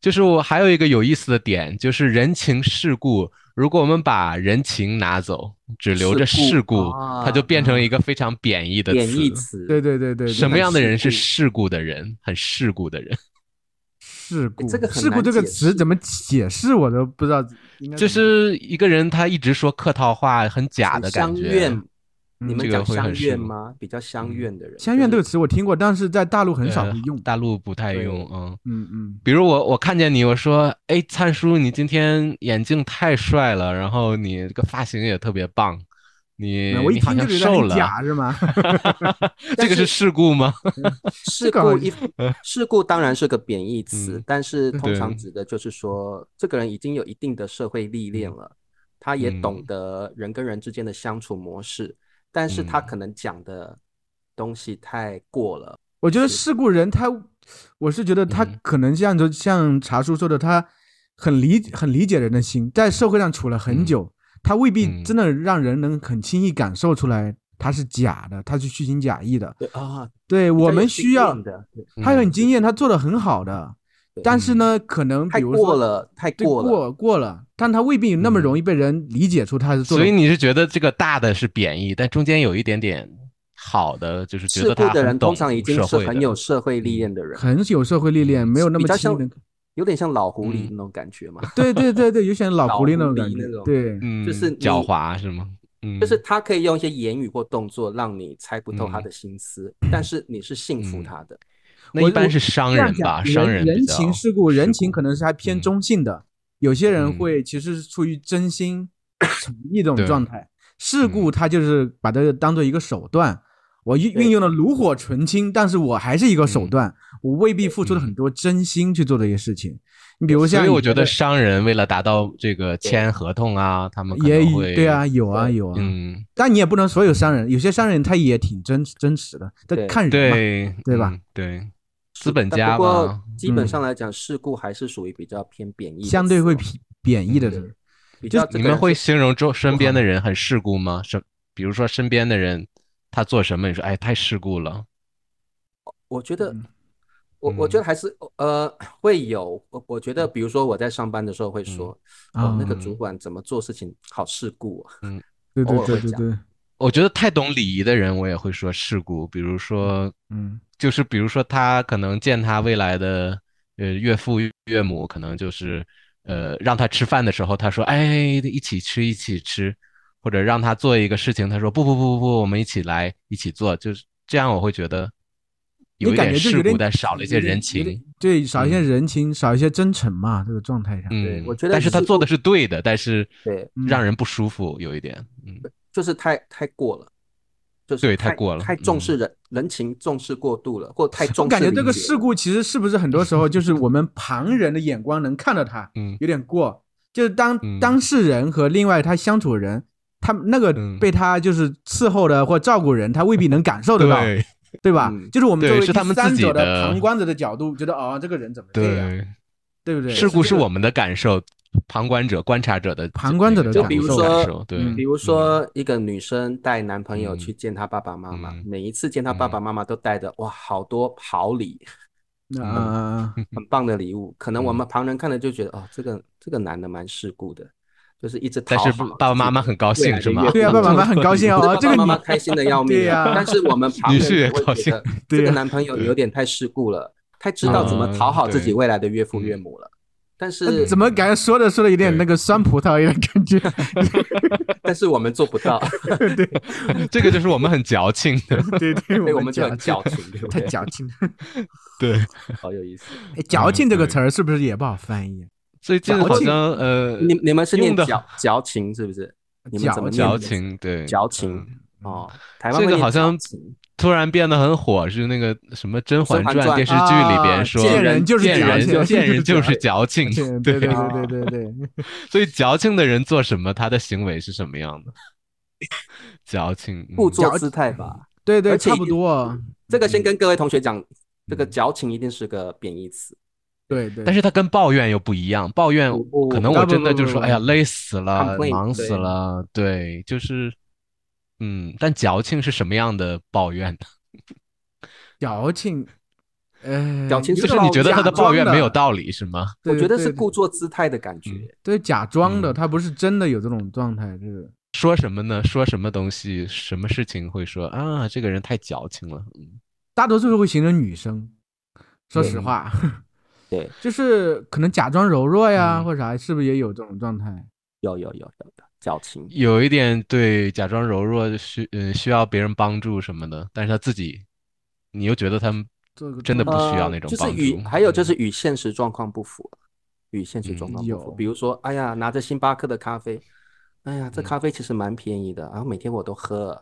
就是我还有一个有意思的点，就是人情世故。如果我们把人情拿走，只留着
世
世
故
故，它就变成
啊
一个非常贬义的
贬义
词。
词，
对对对对，对
什么样的人是
很世
世故的人？很世故的人，
事故？
这个很
事故
难
这个
解
词
释
怎么解释，我都不知道。应该
就
怎么
是一个人他一直说客套话，很假
很
的感
相
觉。
怨，你
嗯
们
这
讲
个会很
相
世
怨
故
吗？比较相
嗯
怨的人，
相怨这
就
个
是
词我听过，但是在大陆很少
呃
会用。
大陆不太
对
用，嗯。
嗯嗯，
比如我我看见你，我说，哎，灿叔，你今天眼镜太帅了，然后你这个发型也特别棒，你
那我一
你好
听就
像
觉得
瘦
很
了，
假是吗？
这个是世故吗？
事
这个好
故一事故当然是个贬义词，
嗯
但是通常
对
指的就是说，这个人已经有一定的社会历练了，他也懂
嗯
得人跟人之间的相处模式，但是他
嗯
可能讲的东西太过了，
我觉得
是
事故人他，我是觉得他
嗯
可能像就像茶叔说的，他很理很理解人的心，在社会上处了很
嗯
久，他未必
嗯
真的让人能很轻易感受出来他是假的，他是虚情假意的。
对啊，
对我
比较有
们
经
需要
验，的，对
他很
嗯
经验，他做的很好的，
对
但是呢，可能比
太
如
过
说
了，太
对
过了，
过了，但他未必那
嗯
么容易被人理解出他是做
所
了
以你是觉得这个大的是贬义，但中间有一点点好的，就是觉
事
得
故
他
的
很
人通
懂
常已经
社
是
会
很
的嗯
有社会历练的人，嗯
很有社会历练，没有那
比
么
较
轻
像
易的。
有点像老狐狸
嗯
那种感觉嘛，
对对对对，有点老
老
狐狸那种
狐
感
狸
觉
那。种
对，
嗯，
就是你
狡猾是吗？嗯，
就是他可以用一些言语或动作让你猜不透他
嗯
的心思，但是你是信服
嗯
他的。
那
我
一般
我
是商
这样
人
讲
吧，商
人
人比
人
较
情世故，人情可能是还偏
嗯
中性的，有些人
嗯
会其实是出于真心诚意这种
对嗯
状态。事故他就是把这个当做一个手段，我运
对
运用了炉火纯青，但是我还是一个手
嗯
段，我未必付出了很
嗯
多真心去做这些事情。你比如像
所以我
以前
觉
的
得商人为了达到这个签合同啊，他们可
也
能
有
会
对啊，，有啊
对
有啊，
嗯，
但你也不能所有商人，有些商人他也挺真真实的，这
对
看人啊嘛。
对
对吧
嗯对，资本
但
家
不过
嘛，
基本
嗯
上来讲，事故还是属于比较偏贬义的词哦，嗯
相对会偏贬义的
对
人，
比较这
你
个
们
人
会
是
形容周身边
好
的人很世故吗？是，比如说身边的人他做什么，你说哎太世故了，
我觉得
嗯，
我我
嗯
觉得还是呃会有，我我觉得比如说我在上班的时候会说，哦那个
啊
主管怎么做事情好世故啊，
对对
偶尔
对
会
对
讲
对，
我觉得太懂礼仪的人，我也会说世故。比如说，
嗯，
就是比如说他可能见他未来的呃岳父岳母，可能就是呃让他吃饭的时候，他说哎一起吃一起吃，或者让他做一个事情，他说不不不不不，我们一起来一起做，就是这样，我会觉得有
你
一
感
点
觉就有
世
点
故，但少了一些
有点
人
有点
情。
对，少一些
嗯
人情，少一些真诚嘛，这个状态下，
对
嗯
我觉，得
但是他
世
做的
故
是对的，但是
对
嗯
让人不舒服，有一点，嗯
就是太太过了。就是
对太
太
过了
太重
嗯
视人人情，重视过度了，或太重
我
视
感觉
礼
这个
节
事
了
故其实是不是很多时候就是我们旁人的眼光能看到他，
嗯
有点过，就是当
嗯
当事人和另外他相处的人，他们那个
嗯
被他就是伺候的或照顾人，他未必能感受得到，
对
对吧
嗯？
就是我们
对
作为
是他
第
们自
三者
己
的
的
旁观者的角度，觉得哦，这个人怎么这样，
对。
对不对？
事故
这
是
个
我们的感受，旁观者、观察者的
旁观者的
那个
感
角
受
度
就比如说
感受对，
嗯
比如说，一个女生带男朋友
嗯
去见她爸爸妈妈，
嗯
每一次见她爸爸妈妈都带着哇，好多好礼，
啊啊啊啊
很棒的礼物。可能我
嗯
们旁人看了就觉得，哦，这个这个男的蛮世故的，就是一直
但
讨
是
好
爸爸
自己
妈妈
的
很高
未来
兴
的
是吗
岳？
对啊，
父
爸
母
爸妈妈很高兴
就是
哦，这个
爸爸妈
你
妈开心的要命
对呀
啊但是 我们旁
女
人
婿也
就会
高
觉
兴
得
对啊
这个
呀
男朋友有点太世故了，太知道怎么
嗯
讨好自己
对
未来的岳父
嗯
岳母了。但
呃
是
怎么感觉说着说着有点
对
那个酸葡萄有点感觉，
但是我们做不到，
嗯这个就是我们很矫情 的，
对对，
所以我
们
们就很矫 情，对不
太
对？
矫情了。
对。
好有 意思。
哎矫情这个
对
词儿是不是也不好翻译？
最近
矫
好
情
像呃，
你你们是念
用的
矫矫情是不是？你们怎么念
矫
的
情对
矫情
嗯
哦，台湾
这
会
个
念
好像
矫情
突然变得很火，是那个什么《甄嬛
甄
传》
嬛
电视
传
剧里边
啊
说，
贱人就是
贱
矫
人
情
贱人
就
就是 是矫情，
对 对啊
对，
对对对对，
所以矫情的人做什么，他的行为是什么样的？ 矫情，嗯
故作姿态吧。
对对，
而且
差不多。
这个先
嗯
跟各位同学讲，这个矫情一定是个贬义词。
对对，
但是他跟抱怨又不一样，抱怨
不不
可能
啊
我
不
真的
不
就
不
说，
不
哎呀，累死了，
complain，
忙死
对
了，对，就是，嗯，但矫情是什么样的抱怨呢？
矫情，呃，
矫情
有
就
这
是
种
你觉得他
假
的抱怨
装
没有道理是吗？
对
我觉得是
对
故作姿态的感
嗯
觉。
对假装的，
嗯
他不是真的有这种状态，这个
说什么呢？说什么东西？什么事情会说啊？这个人太矫情了。嗯
大多数是会形成女生。说实
嗯
话，
对，
就是可能假装柔弱呀，
嗯
或者啥，是不是也有这种状态？
有有有有有矫情。
有一点对，假装柔弱，需呃需要别人帮助什么的，但是他自己，你又觉得他们
这个
真的不
状
需要
呃
那种
就是
帮
与
助
还有就
嗯
是与现实状况不符，与现实状
嗯
况不符。
有
比如说，哎呀，拿着星巴克的咖啡，哎
嗯
呀，这咖啡其实蛮便宜的，然啊后每天我都喝，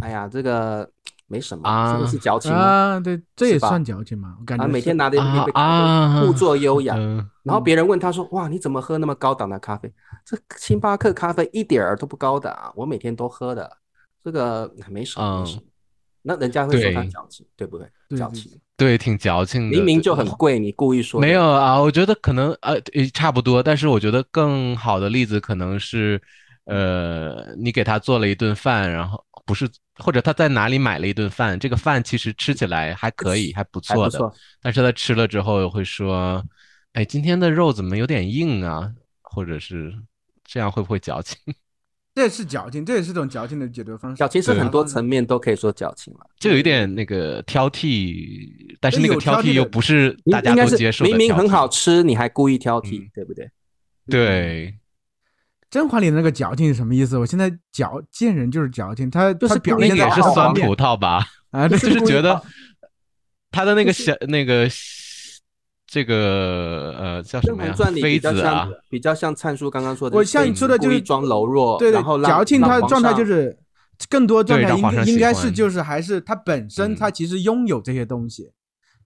哎呀，这个没什么，真的是
啊
矫情吗？
啊，对，这
是
也
吧
算矫情嘛？我感觉
啊，每
是
天拿着一
啊
杯咖啡，故
啊
作优雅。
嗯
然后别人问他说：“哇，你怎么喝那么高档的咖啡？这星巴克咖啡一点儿都不高档啊，我每天都喝的，这个没什么，没什
嗯
么。”那人家会说他
对
矫情，对不对？
对
矫
对
情，
对，挺矫情的，
明明
对
就很贵，你故意说
没
人
有啊，我觉得可能呃呃差不多，但是我觉得更好的例子可能是，呃，你给他做了一顿饭，然后不是，或者他在哪里买了一顿饭，这个饭其实吃起来还可以，还不
还不
错的，
错，
但是他吃了之后会说，哎，今天的肉怎么有点硬啊？或者是这样会不会矫情？
这也是矫情，这也是种矫情的解决方式。
矫情是
对
很
嗯
多层面都可以说矫情了。
就有一点那个挑剔，但是
对
那个
有挑剔
剔又
的
不是
应
大家
应该
都
是
接受的
明
挑剔，
明很好吃，你还故意挑剔
嗯，
对不对？
对。
甄嬛里的那个矫情是什么意思？我现在矫见人就是矫情，他
就是
他表
故
那
意
现
个也
的
搞
是
好
酸
玩
葡萄吧？
啊，
就
对
是
故意
觉 得
搞
他的那个
就是
小那个小这个呃叫
《
什
甄
么
嬛
呀？
传》里比
妃
较
子啊
像，比较像灿叔刚刚说的，
我像你说的就
故
是
意装柔弱，
对
哦然后
对，
让
矫情
让
他的
皇
状态
上
就是更多状
对
态
让
应
皇
该
上
应
喜
该是
欢
就是还是他本身
嗯
他其实拥有这些东西，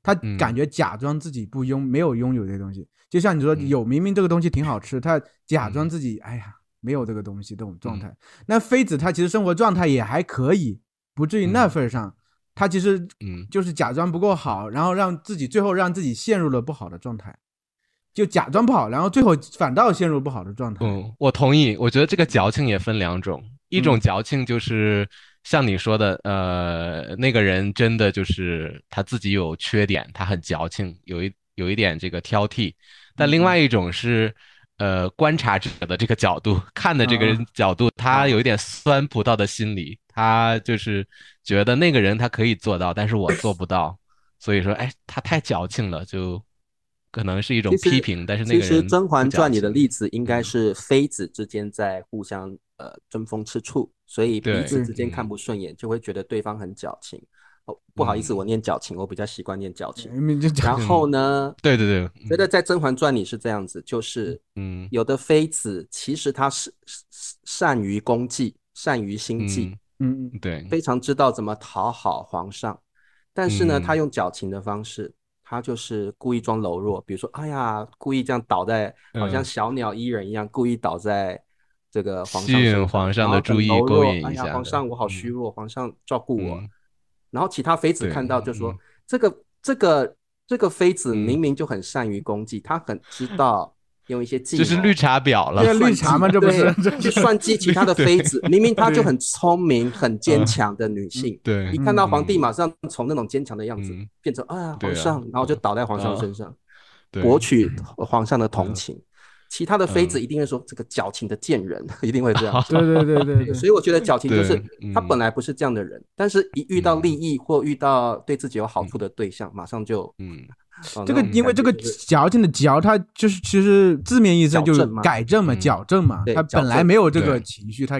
他
嗯
感觉假装自己不拥没有拥有这些东西，就像你说
嗯
有明明这个东西挺好吃，他假装
嗯
自己哎呀没有这个东西这种状态。那妃子她其实生活状态也还可以，不至于那
嗯
份儿上，她其实
嗯
就是假装不够好，然后让自己最后让自己陷入了不好的状态。就假装不好，然后最后反倒陷入不好的状态。
嗯，我同意。我觉得这个矫情也分两种，一
嗯
种矫情就是像你说的，呃，那个人真的就是他自己有缺点，他很矫情，有一有一点这个挑剔。但
嗯
另外一种是，呃，观察者的这个角度看的这个人
啊
角度，他
啊
有一点酸葡萄的心理，他就是觉得那个人他可以做到，但是我做不到，所以说，哎，他太矫情了，就可能是一种
其实
批评，但是那
其
个人
实《甄嬛
不矫
传》里的
情
例子应该
嗯
是妃子之间在互相呃争风吃醋，所以彼
对
此之间
嗯
看不顺眼，就会觉得对方很矫情。哦，不好意思，
嗯
我念矫情，我比较习惯念矫情。
你就讲
然后 呢，
对对对，
觉得在《甄嬛传》里是这样子，就是
嗯
有的妃子其实她是是是善于功计，善于心计，
嗯
嗯，
嗯，对，
非常知道怎么讨好皇上，但是呢，
嗯
她用矫情的方式，她就是故意装柔弱，比如说，哎呀，故意这样倒在，好像
嗯
小鸟依人一样，故意倒在这个皇
吸
上身
引
上，
皇上
然后
的注
很
意，
柔
勾
弱，
引
哎
一
呀，
下
皇
的，
上我好虚
嗯
弱，皇上照顾我。
嗯，
然后其他妃子
对，
看到就说
嗯，
这个这个这个妃子
嗯
明明就很善于功计，她很知道用一些计谋。
就是绿茶婊了
这，绿
算
茶
计
嘛，这不是
对
这
去
是
算计其他的妃子，明明她就
对
很聪明、很坚
嗯
强的女性，
对
一，看到皇帝
嗯
马上从那种坚强的样子
嗯
变成哎呀
对
皇
啊
上，然后就倒在皇上身上，
对，
博取皇上的同
嗯
情。其他的妃子
嗯。
一定会说这个矫情的贱人， 一定会这样
对对对 对对，
所以我觉得矫情就是
对
他本
嗯
来不是这样的人，但是一遇到
嗯
利益或遇到对自己有好处的对象，马上就
嗯，
哦
这个
那种
因为
感
这
觉
个
就是
矫情的矫，它就是其实字面意思
矫
就是
正嘛
改正嘛，
嗯
矫正嘛，
对
它
矫
本来
正
没有这
对
个情绪，它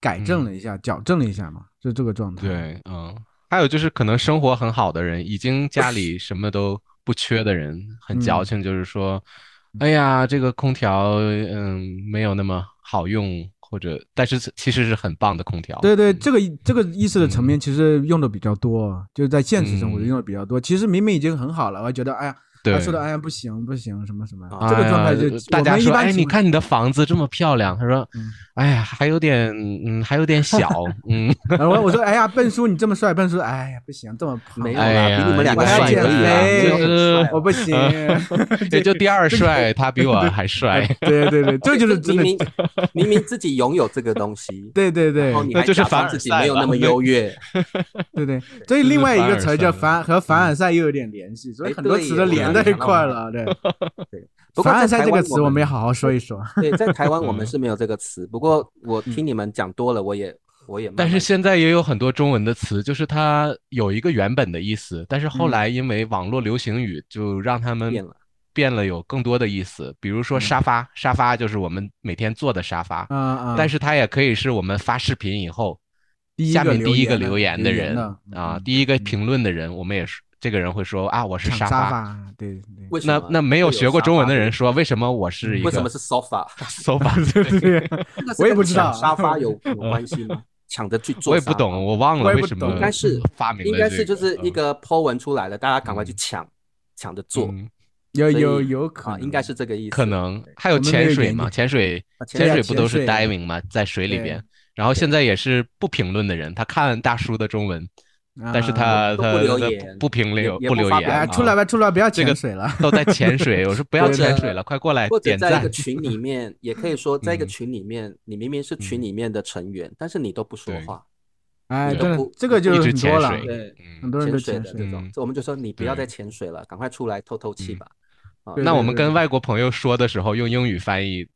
改
嗯
正了一下，矫正了一下嘛，就这个状态。，
对，嗯，还有就是可能生活很好的人，已经家里什么都不缺的人，很矫
嗯
情，就是说，哎呀，这个空调，嗯，没有那么好用，或者但是其实是很棒的空调。
对对，
嗯
这个这个意识的层面其实用的比较多，啊就是在现实
嗯
生活中用的比较多。其实明明已经很好了，我还觉得哎呀，他
对
说的哎呀不行不行什么什么，
啊
这个状态
哎呀
就
大
我
家
们一
说，
般
哎，
情
你
况
看你的房子这么漂亮，他说
嗯，
哎呀，还有点，嗯，还有点小， 嗯，
然后我我说哎呀笨叔你这么帅，笨叔哎呀不行这么胖
没有
哎
啦，
呀
比你们两个
我还要
帅可以
减肥
啦，你们很帅
我不行，
嗯 也就第二帅，他比我还帅，
对对对，这就是真
明
的，
明明明自己拥有这个东西，
对对对
然后你
那
还
就是
假
凡
装
尔
自己
赛
没有
吧
那么 优越，
对对，所
这
以另
是
外一
凡
个
尔
词儿
赛嗯
叫
了
凡和凡尔赛又有点联系，所以
哎
很多
对
词都
耶
连
我
在
也
一
想到
块儿了，
了
对。
不过
凡
在
尔赛这
台湾
个词我
们
们也嗯好好说一 说。
对，在台 湾我们是没有这个词，不过我
嗯
听你们讲多了，我也我也慢慢，
但是现在也有很多中文的词，就是它有一个原本的意思，但是后
嗯
来因为网络流行语，就让他们
变了
变了有更多的意思。比如说
嗯
沙发，沙发就是我们每天坐的沙发，
啊啊！
但是它也可以是我们发视频以后
第一
下
个
面
留
第一个
言的
留言
留
的
言
人
的
啊
嗯，
第一个评论的人，我们也是这个人会说啊，我是
抢
沙
沙
发。
发，对对
为什
那
么
那没
会
有学过中文的
沙发
人说，为什么我
嗯
是一
为什
个
么 是 sofa？
sofa？
对对，
那个是
我也
跟
不知道
抢沙 发有有关系吗？抢 着去坐，
我也不懂，，我忘
我
了
也
为
不
什
懂
么
应
该是
发明
应
了
该
这
是就是一
嗯
个 po 文出来了，大家赶快去抢，抢着做
嗯
有
所以
有有可
啊，
能
应该是这个意思。
可能还
我
有
们没有
潜水
研
嘛，
究
潜水
啊潜
潜
水
水不都是
潜水
diving 嘛，在水里
对
边。然后现在也是不评论的人，他看大叔的中文，但是
啊
他
都
他
不留
他
言
不评
也
论
也
不
不
留
发
言
表
哎
啊，
出来吧，出来不要
这个
潜水了。
都在潜水，我说不要
对
潜
的
水了，快过来
或者
点
在一
赞
个。群里面，也可以说，在一个群里面，你明明是群
嗯
里面的成员，但是你都不说
对
话，
哎，
对
真的
不，
这个就
一直
很多
潜
了
水，
对
很
嗯，
多人都
潜
潜
水的这
水。
种
嗯，
这我们就说你不要
对
再潜水了，赶快出来透透气
嗯
吧。啊，
对
那我们
对
跟外国朋友说的时候用英语翻译，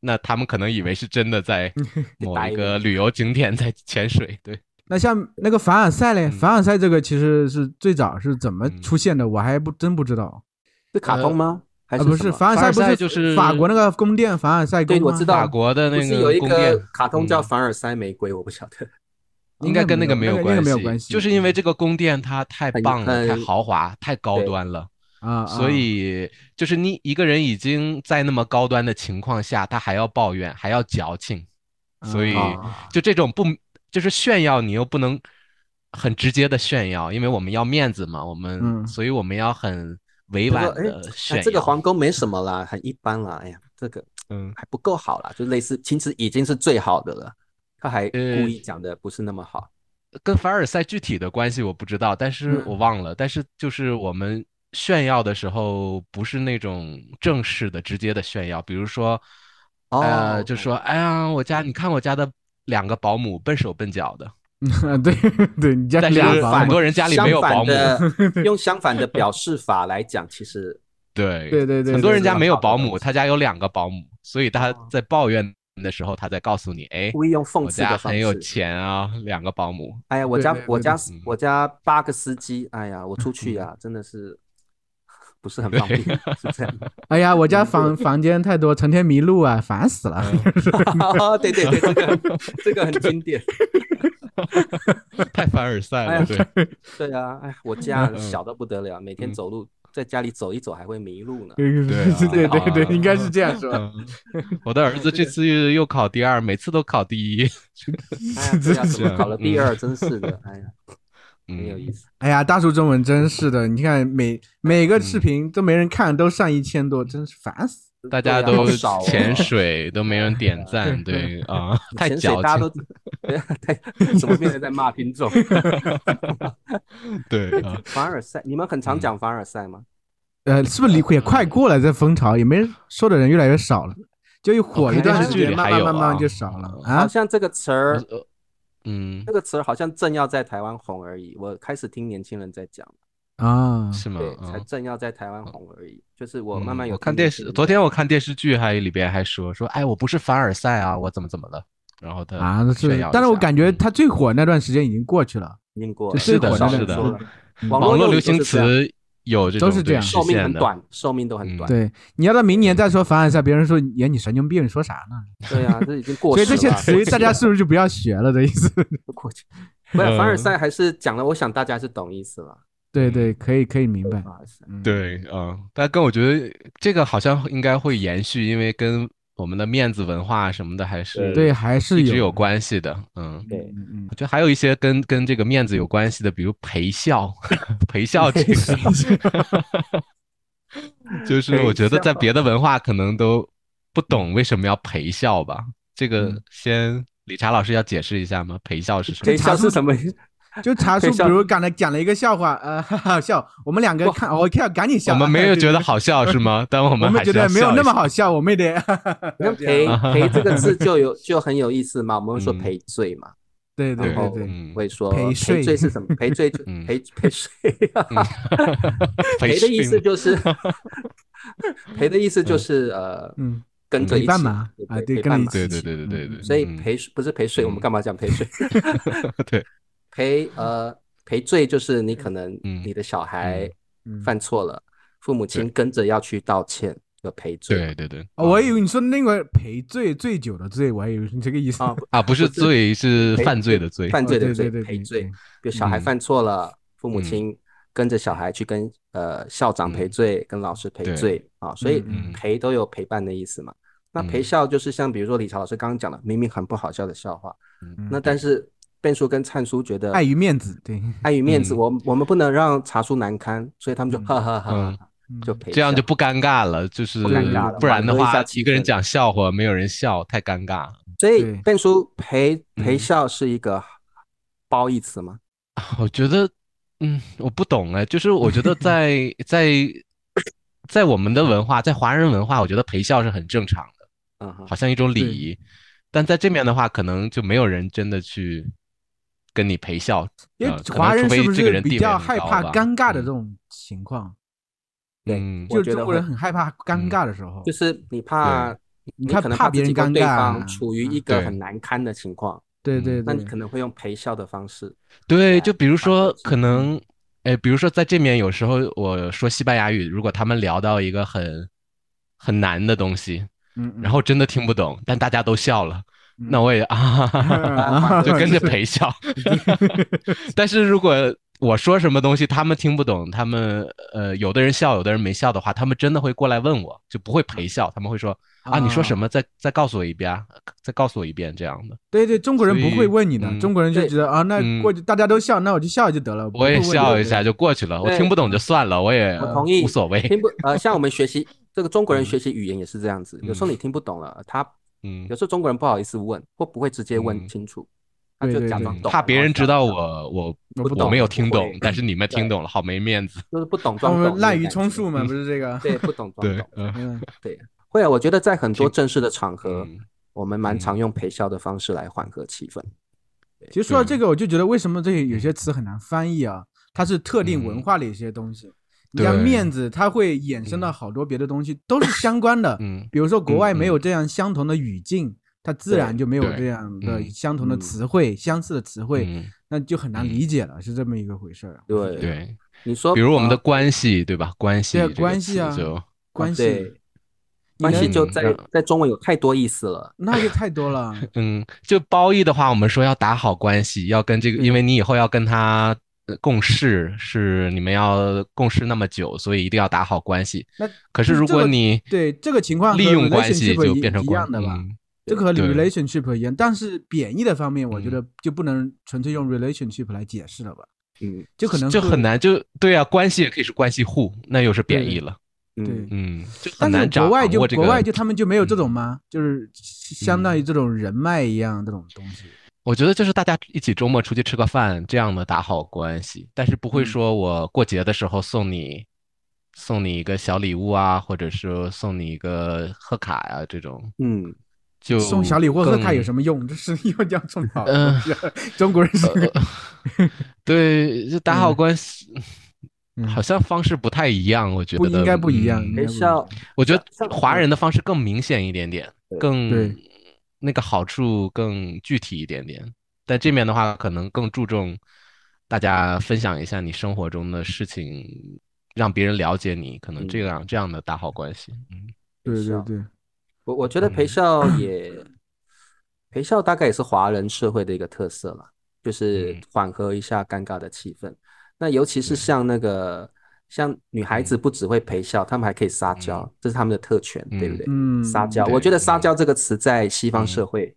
那他们可能以为是真的 在某一个
diving
旅游景点在潜水，对，
那像那个凡尔赛嘞，
嗯
凡尔赛这个其实是最早是怎么出现的，我还不真不知道。
是卡通吗？还
呃
啊，
是
不
什
是
么
凡尔
凡
赛，
尔
不
赛就是
法国那个宫殿凡尔赛宫
对
吗？
我知道
法国的
不
那
是有一
宫殿
个。卡通叫
嗯
《凡尔赛玫瑰》，我不晓得。
应该跟
哦那
那个
个没
没
有
有
那个那个没有
系，
关系
就是因为这个宫殿它太
很
棒了，太
很
豪华，太高
对
端了，
啊，
所以就是你一个人已经在那么高端的情况下，他还要抱怨，还要矫情，所以
啊
就这种不就是炫耀，你又不能很直接的炫耀，因为我们要面子嘛，我们
嗯
所以我们要很委
他
婉
说：“哎
的，
哎，
炫
这个
耀，
皇宫没什么啦，很一般啦。哎呀，这个
嗯，
还不够好啦，就类似，其实已经是最好的了。他还故
呃
意讲的不是那么好。
跟凡尔赛具体的关系我不知道，但是
嗯
我忘了。但是就是我们炫耀的时候，不是那种正式的、直接的炫耀，比如说，
哦
呃，就
懂
说，哎呀，我家，你看我家的两个保姆笨手笨脚的，
嗯 对对，你家
但
俩
是
房
很
嘛
多人家里没有保姆，
相反的用相反的表示法来讲，其实
对
对对对，
很多人
对
家没有保
这
姆，
个是
他家有两个保姆，所以他
哦
在抱怨的时候，他在告诉你， 哎，
故意用讽
我
刺的
家
方
很有
式。
钱啊，两个保 姆，
哎呀，我
对
家
对
我
对
家
嗯
我家八个司机，哎呀，我出去呀，真的是不是很方便，是这样。
哎呀，我
嗯
家房房间太多，成天迷路啊，烦死了。
哦， 对对对，这个这个很经典。
太凡尔赛
哎呀
了，对。
对啊，哎，我家
嗯
小到不得了，每天
嗯
走路在家里走一走还会迷路呢。
对
对啊
对对
啊
对，应该是这样说。
嗯，我的儿 子这次又又考第二，每次都考第一。
哎呀，对啊，怎么
是
考了第
嗯
二，真是的，哎呀，很有
嗯，
意思。
哎呀，大叔中文真是的，你看每每个
嗯
视频都没人看，都上一千多，真是烦死。
大家
对啊
都
好少哦
潜水都没人点赞，对 啊，太
潜水
矫
大家
情，
都啊太怎么变成在骂听众？
对 啊，
凡尔赛，你们很
嗯
常讲凡尔赛吗？
呃，是不是离也快过了？这风潮也没人说的人越来越少了，就一火一
电
段时
视剧
间，
里
慢
还
慢
有
慢慢
啊
就少了
好
啊。
像这个词儿，
呃嗯
这，个词儿好像正要在台湾红而已。我开始听年轻人在讲，
啊，
是吗
对，？才
啊
正要在台湾红而已。就是我
嗯
慢慢有
我看
听
电
年轻
视，
人
昨
在
天我看电视剧还里边还说说，哎，我不是凡尔赛啊，我怎么怎么了，然后他
啊，那
炫
是
耀，一
但是我
下
感觉
嗯
他最火那段时间已经过去了。
听过
就
了，
是的
很少
是
人
的
说了
嗯
网络
用语
流
都
行
是这样，
词有这种
都是这
对
样
实
寿命
现
很
的，
短，寿命都很
嗯
短。
对，你要到明年再说凡尔赛，别人说演你神经病，你说啥呢？
对啊，这已经过
所
时
以
了。
这些
过
词
气
大家
了
是不是就不要学了的意 思？
过去，不是
嗯
凡尔赛还是讲了，我想大家是懂意思了。啊
对对，可以可以明白
凡。尔赛，
啊
嗯，
对，嗯，但跟我觉得这个好像应该会延续，因为跟我们的面子文化什么的还是
对，还是
一直
有
有关系的。嗯，
对，
嗯嗯
我觉得还有一些跟跟这个面子有关系的，比如陪笑， 陪笑 这个，就是我觉得在别的文化可能都不懂为什么要陪笑吧。这个先理查老师要解释一下吗？陪笑是什
陪
么？
笑是什么？
嗯就查出，
可以
比
笑
如刚才讲了一个笑话，呃，哈哈笑，我们两个看，我看赶紧笑，
我们没有觉得
好，
好笑是 吗？但我
我
们
们
还是
觉
要
得没有
笑一
那么
下
好笑，我们也得，
那陪陪这个字就 有就很有意思嘛。我们会说
嗯
赔罪嘛，
对对
对
对
然后
对，
嗯
会说
陪
赔
睡
罪是什么？赔罪就
嗯
赔赔睡 啊。
陪
陪的意
睡
思
吗
就是，陪的意思就是呃，
嗯，
跟着一
陪伴
起
嘛
对
啊，
对，
对，
陪
跟
伴
你一
嘛
起
对对对对对对
所以
嗯
陪不是陪睡，我们
嗯
干嘛讲陪睡？
对，
陪呃陪罪就是你可能
嗯
你的小孩
嗯
犯错了，父母亲
对
跟着要去道歉，叫赔罪。
对对对。
哦，我以为你说那个赔醉醉酒的醉，我还以为是这个意思。
啊，
啊，不是
不是
罪，是
陪
犯罪的罪。
犯罪的
哦对
罪，
对对
赔
对
罪
对。
比如小孩
嗯
犯错了，父母
嗯
亲跟着小孩去跟呃校长赔
嗯
罪，跟老师赔
对
罪啊，所以
嗯嗯
陪都有陪伴的意思嘛。那陪
嗯
笑就是像比如说理查老师刚刚讲的，明明很不好笑的笑话，
嗯
那但是变叔跟灿叔觉得
碍于面子，对，
碍于面子，
嗯
我们我们不能让茶叔难堪，所以他们就
嗯
哈哈哈哈，
嗯
就陪
这样
笑
就不尴尬了，就是
不尴尬了
不然的
缓和一下
话，
气
一个人
氛
讲笑话，没有人笑，太尴尬了。
所以
对
变叔陪陪
嗯
笑是一个褒义词吗？
我觉得，嗯，我不懂哎，就是我觉得在在在我们的文化，在华人文化，我觉得陪笑是很正常的，
嗯哼
好，像一种礼
对
仪。但在这面的话，可能就没有人真的去跟你陪笑，
因为
呃可能
华人
除非
是不
这个
是
人
比
地位
较
很
害
高
怕
吧
尴尬的
嗯
这种情况？
对
嗯
我
就
觉
中
得
国
会
人很害怕尴尬的时候，
就是你怕
你
可
看
能
怕
自
别
己
人
跟
尴
对
尬
方
啊
处于一
嗯
个
对
很难堪的情况，
对
嗯
对对，
那你可能会用陪笑的 方式。
对，
来
就比如
反驳
说，
自
可
己
能，哎，比如说在这面，有时候我说西班牙语，如果他们聊到一个很很难的东西，
嗯，嗯
然后 真的听不懂，但大家都笑了，那
嗯
我也啊， 哈哈哈哈就跟着 陪笑。 但是如果我说什么东西他们听不懂，他们呃有的人笑，有的人没笑的话，他们真的会过来问我，就不会陪笑，他们会说啊，你说什？么？再再告诉我一遍啊，再告诉我一遍这样的。
对对，中国人
所
不会
以
问你的，
嗯
中国人就
对
觉得啊，那
嗯
过去大家都笑，那我就笑就得了，不
我也
会问
笑
你
一下就过去了，我
对
听不懂就算了，我也
我同意
无所谓。
听不呃，像我们学习这个中
嗯
国人学习语言也是这样子，有时候你听不懂了，他
嗯
有，时候中国人不好意思问，或不会直接问
嗯
清楚，他
对
就
对
假
对
装
嗯
懂，
怕别
然后
人
笑
知道
一笑，
我我
我不
我没
懂
有
我
听
不会
懂，但是你们听懂了，好没面子。
就是不 懂
我
装
们
懂，
滥竽充数嘛，
嗯
嘛，
不是这个？
对，不 懂装
对
懂，，呃
嗯
嗯，
对，会啊，我觉得在很多正式的场合，
嗯
我们蛮常用陪笑的方式来缓和气氛。
其实说到
对
这个，我就觉得为什么这些有些词很难翻译啊？它是特定文
嗯
化的一些东西。你像
对
面子，它会衍生到好多别的东西，都是相关的。
嗯
比如说国
嗯
外没
嗯
有这样相同的语境，它自然
对
就没有
对
这样的
嗯
相同的
嗯
词汇、相似的词汇，
嗯，
那就很难
嗯
理解了，是这么一个回事儿。啊
对
对，
你说，
比如我们的
呃
关系，对吧？关系
对啊
这个
关系
词
啊
就
关系
对，关系
能
就
嗯
在
让
在中文有太多意思了。
那就太 多了。
嗯，就褒义的话，我们说要打好关系，要跟这个，
嗯
因为你以后要跟他呃共事，是你们要共事那么久，所以一定要打好关系。
那
可
就是
如
这
果
个
你
对这个情况
利
和
用关系
relationship
就
一
变成
一
关
样的吧？
嗯
这个和
对
relationship 一样，但是贬义的方面，我觉
嗯
得就不能纯粹用 relationship 来解释了吧？
嗯
就可能
就很
会。
难，就对啊，关系也可以是关系户，那又是贬义了，
对
嗯，
嗯，就很
但
难
是
掌
国外就
握这个。
国外就他们就没有这种吗？就是相当
嗯
于这种人脉一样这种东西。
我觉得就是大家一起周末出去吃个饭，这样的打好关系，但是不会
嗯
说我过节的时候送你送你一个小礼物啊，或者是送你一个贺卡呀、这种，
嗯，
就
送小礼物贺卡有
么？
什么用？这是又叫送好
嗯
东西啊， 中国人是
呃对，就打好
嗯
关系，
嗯
好像方式不太一样，我觉
不
得
应该不一样。
嗯
应该
陪
不一
笑
样，
我觉得
像
华人的方式更明显一点点，
对
更
对
那个好处更具体一点点。但这面的话，可能更注重大家分享一下你生活中的事情，让别人了解你，可能这样、这样的打好关系。嗯
对对
笑
对，
我我觉得陪
嗯
笑也，陪笑大概也是华人社会的一个特色了，就
嗯
是
嗯
缓和一下尴尬的气氛。那尤其是像那个像女孩子不只会陪笑，她们还可以撒娇，这是她们的特权，对不对？
嗯，
撒娇，
对
我觉得“撒娇”这个词在西方社会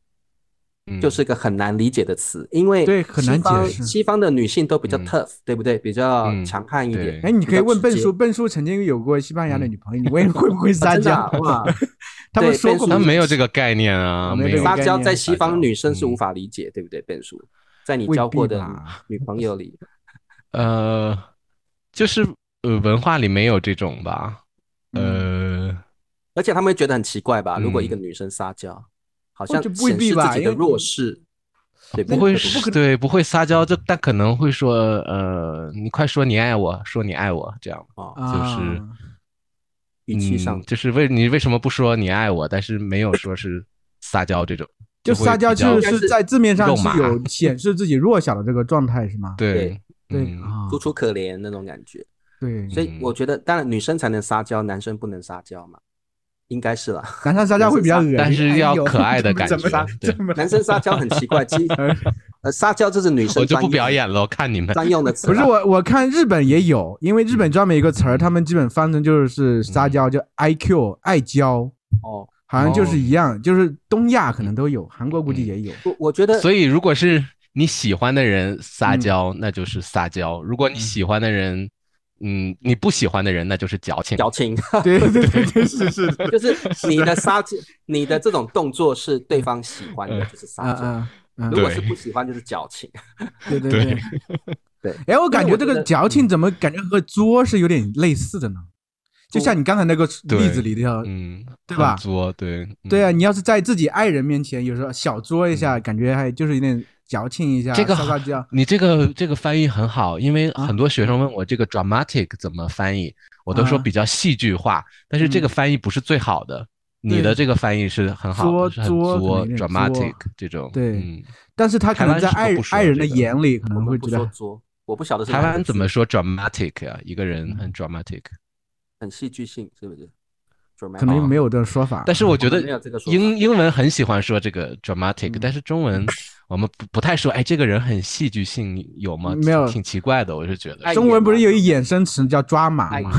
嗯
就是个很难理解的词，因
嗯
为
对很难
西方
解释
西方的女性都比较
嗯
tough，对不对？比较
嗯
强悍一点。
对
哎，你可以问笨
比较直接
叔，笨叔曾经有过西班牙的女朋友，你问会不会
啊
撒
真的
娇
啊？哇，
他们
对
说
笨
过
叔
他
吗
没有这个概念啊，
没有
没
这个
有
概
撒
念
娇在西
撒
方
娇
女生是
嗯
无法理解，对不对？笨叔，在你
未
交过
必
的
吧
女朋友里，
呃，就是呃文化里没有这种吧，呃，
而且他们会觉得很奇怪吧？如果一个
嗯
女生撒娇，好像
这未
显
必
示
吧
自己
因
的
为
弱势，对
不
对
会
对
是
可能
对不会撒娇，这但可能会说呃你快说你爱我，说你爱我这样，
哦，
啊，
就是
语气上
嗯就是为你为什么不说你爱我，但是没有说是撒娇这种，
啊就
会
撒娇
比较
就
应该
是
是
在字面上
肉
是
麻
有显示自己弱小的这个状态是 吗？
对
对
嗯
啊，
楚楚可怜那种感觉。
对，
所以我觉得，当然女生才能撒娇，男生不能撒娇嘛，应该是啦。
男生撒娇会比较恶心，
但是
哎
要
呦
可爱的感
怎么
觉对嗯
怎么撒
男生撒娇很奇怪， 其实呃撒娇这是女生
我哦就
专
不
用
表演了，我看你们，
专用的词
不
啦。
是我，我看日本也有，因为日本专门有一个词儿，他们基本翻成就是撒娇，
嗯
就 I Q 爱娇，
哦，
好像就是
哦嗯
一样，就是东亚可能都有，韩国估计也有。
我我觉得
所以如果是你喜欢的人撒
嗯
娇，那就是撒娇；如果你喜欢的人，嗯，你不喜欢的人，那就是矫情。
矫情，
对对对对，是是 是
就是你的撒娇，你的这种动作是对方喜欢的，就是
啊
撒
嗯
娇；
啊啊！
如果是
对
不喜欢，就是矫情。
对对对
对。
哎，我感觉这
因为我觉
个
得
矫
嗯
情怎么感觉和作是有点类似的呢？就像你刚才那个例子里的，
嗯，
对吧
很作，对，
对
嗯
啊，你要是在自己爱人面前有时候小作一下，感觉还就是有点矫情一下，
这个
撒撒娇。
你这个这个翻译很好，因为
啊
很多学生问我这个 dramatic 怎么翻译，我都说
啊嗯
比较戏剧化，但是这个翻译不是最好的。你的这
对
个翻译是很好
作
的，是很
作可能
作
有点作
，dramatic 这种。
对
嗯，
但是他可能在
台湾
爱
是不说
爱人的
这个
眼里可
我
能会
们不
觉
说
得
作，我不晓得是
台
哪个
湾怎
字
么说 dramatic 啊？一个
嗯
人很 dramatic，
啊
很戏剧性，是不是？哦
可能没有这个说法。嗯
但是我觉得
没有这个说法
英英文很喜欢说这个 dramatic，
嗯
但是中文我们不不太说。哎，这个人很戏剧性，你有吗？
没有
挺奇怪的，我是觉得
哎。
中文不是有一衍生词叫抓马
爱
吗？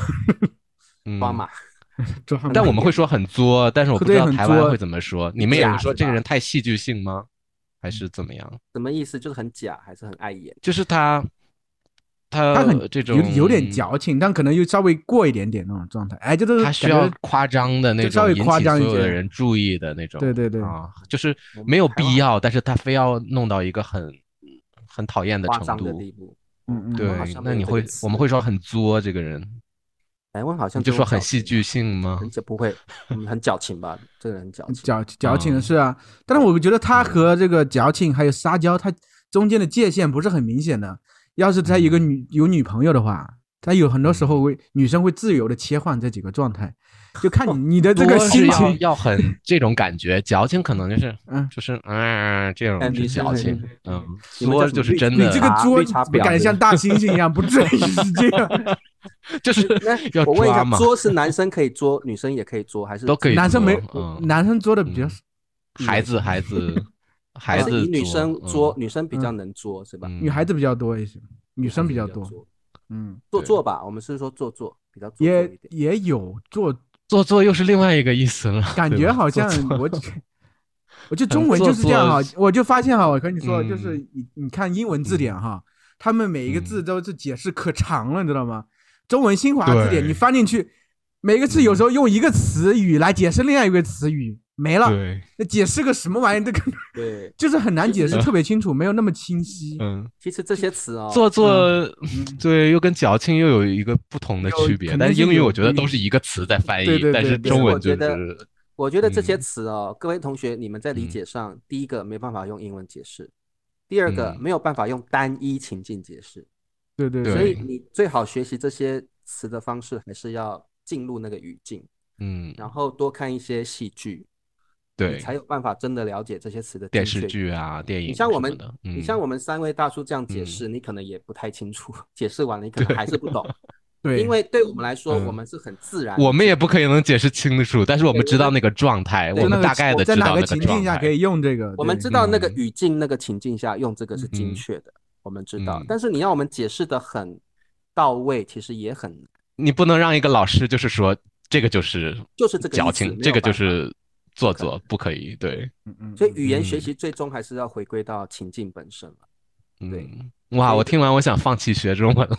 嗯
抓马，
抓马。
但我们会说很作，但是我不知
对
道
很
台湾
作
会怎么说。你们也是
假
说
是
这个
吧
人太戏剧性吗？还是怎么样？
什么意思？就是很假，还是很碍眼？
就是他，他
他很
这种
有有点，矫情，但可能又稍微过一点点那种状态。哎，这都是
他需要
感觉
夸张的那
就稍微
种，引
夸
起
张
所
一
有的
些
人注意的那种。
对对对
啊，就是没有必要，但是他非要弄到一个很很讨厌的
夸
程
张的
度。
地步。
嗯嗯
我
对
们好像，没
那
有
你
这个
会
词
我们会说很作这个人，
台湾好像
你就
这
说
种
很
矫
戏
情
剧
吧，
性吗？
很矫不会，嗯很矫情吧？这个人很矫情。
矫矫情
嗯
是啊，但是我觉得他和这个矫情还有撒娇，他中间的界限不是很明显的。要是他有个女有女朋友的话，他有很多时候会女生会自由的切换这几个状态，就看你你的这个
作是
心
要
情。
要很这种感觉，矫情可能就是
嗯，
就是嗯这
哎
种
你
是
是
矫
很
情，嗯，
你们
作
叫什么
就是
绿
真
你
的，
这个
啊
作
绿茶婊
感觉
子
像大猩猩一样，不至于是这样。
就是
那
要
我问一
抓
下
嘛，，
作是男生可以作，女生也可以作，还是
都可以
男生没
作嗯
男生做的比较
嗯孩子孩 子孩
还是
子
以女
作
生
嗯
作，女生比较能作是吧？
嗯
女孩子比较多一些，女生比较
作
多。嗯，
做
对
作吧，我们是说做作比较做作一
也
点。
也有做，
做作又是另外一个意思了，
感
对
觉
吧
好
做
像
作
我只，我就中文就是这样哈
做，
我就发现哈，啊我跟你说，就是
嗯
你你看英文字典哈，他们每一个字都是解释可长了，你知道吗？中文新华字典
对嗯
你翻进去，每个字有时候用一个词语来解释另外一个词语，没了，
对，
那解释个什么玩意儿？这个
对，
就是很难解释
嗯
特别清楚，没有那么清晰。
嗯，
其实这些词哦，
做作
嗯
对，又跟矫情又有一个不同的
有
区别，
肯
但
定
是英
是
语
有
我觉得
不一
都是一个词在翻
对
译
对，
但
对
是
对
中
我
文就
觉得
是
我觉得这些
嗯
词哦，各位同学，你们在理
嗯
解上，第一个没办法用英文解释，第二个
嗯
没有办法用单一情境解释。
对对
对
所以你最好学习这些词的方式，还是要进入那个语境，
嗯，
然后多看一些戏剧，你
对，
才有办法真的了解这些词的
电
精
视
确
剧啊、电
你
影
像我
什么
们
的，
你像
嗯
我们三位大叔这样解释，你可能也不太清楚。解释完了，你可能还是 不懂，
对，
因为对我们来说，
嗯
我们是很自然。
我们也不可以能解释清楚，但是我们
对
知道
我们
那个状态，
对
我
那
们
个
大概的
在
知
哪
道
个
那个
情境
状
下
态
可。以用这个？
我们
对
知道那个
嗯
语境、那个情境下用这个是精
嗯
确的，我们知道
嗯。
但是你要我们解释的很到位，其实也很难。
你不能让一个老师就是说这个就是
就是这个
矫情，这个就是做作，不可以对。
嗯嗯，
所以语言学习最终还是要回归到情境本身了。
嗯、
对，
哇！我听完我想放弃学中文了。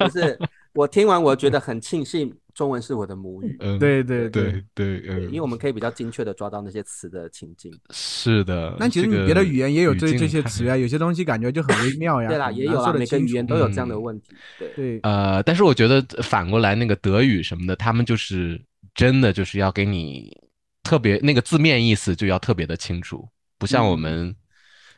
就是我听完，我觉得很庆幸中文是我的母 语。
嗯，
对对
对对，嗯，
因为我们可以比较精确的抓到那些词的情境。
是的。
那其实
呃这
你
个
别的语言也有这
语境
这些词呀，有些东西感觉就很微妙呀。
对啦，
啊很
也
难
有啦，
说得
每个
清
语
楚嗯
言都有这样的问题。对，
对，
嗯呃，但是我觉得反过来那个德语什么的，他们就是真的就是要给你特别那个字面意思就要特别的清楚，不像我们、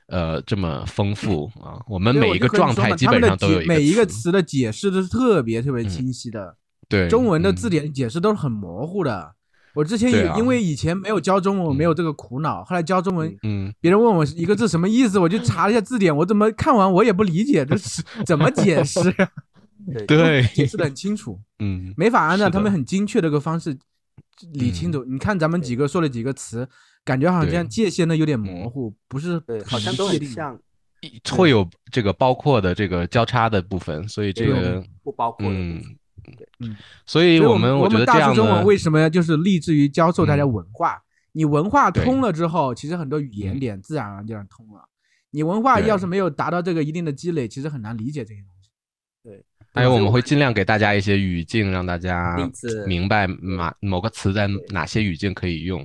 呃这么丰富啊。我们
嗯对
每
我
一
就
个
跟你
状
说
态
嘛
基
他
本
们的
上都有
解每
一
一个
词，嗯
词的解释都是特别特别清晰的。
对
中文的
嗯
字典解释都是很模糊的。我之前
对
也
啊
因为以前没有教中文，我没有
嗯
这个苦恼。后来教中文，
嗯
别人问我一个字什么意思，我就查了一下字典，我怎么看完我也不理解，这是 怎么解释呀？
对
对，
解释的很清楚，
嗯
没法按照
是的嗯
他们很精确的一个方式理清楚。你看咱们几个说了几个词，感觉好
对
像界限的有点模糊，不是
对，
很
好像都
确
很
定
像，
会有这个包括的这个交叉的部分，所以这
对
个
不包括的部
嗯
分。
所以
所以
我
们
们
我
觉得这
大
样
学中文
的
为什么就是立志于教授大家
嗯
文化？你文化
对
通了之后，其实很多语言
嗯
点自然而然就通了。你文化
对
要是没有达到这个一定的积累，其实很难理解这些东西。
还有
所
我
以
们
我
会
们
尽量给大家一些语境，让大家
例子
明白哪某个词在哪些语境可以用。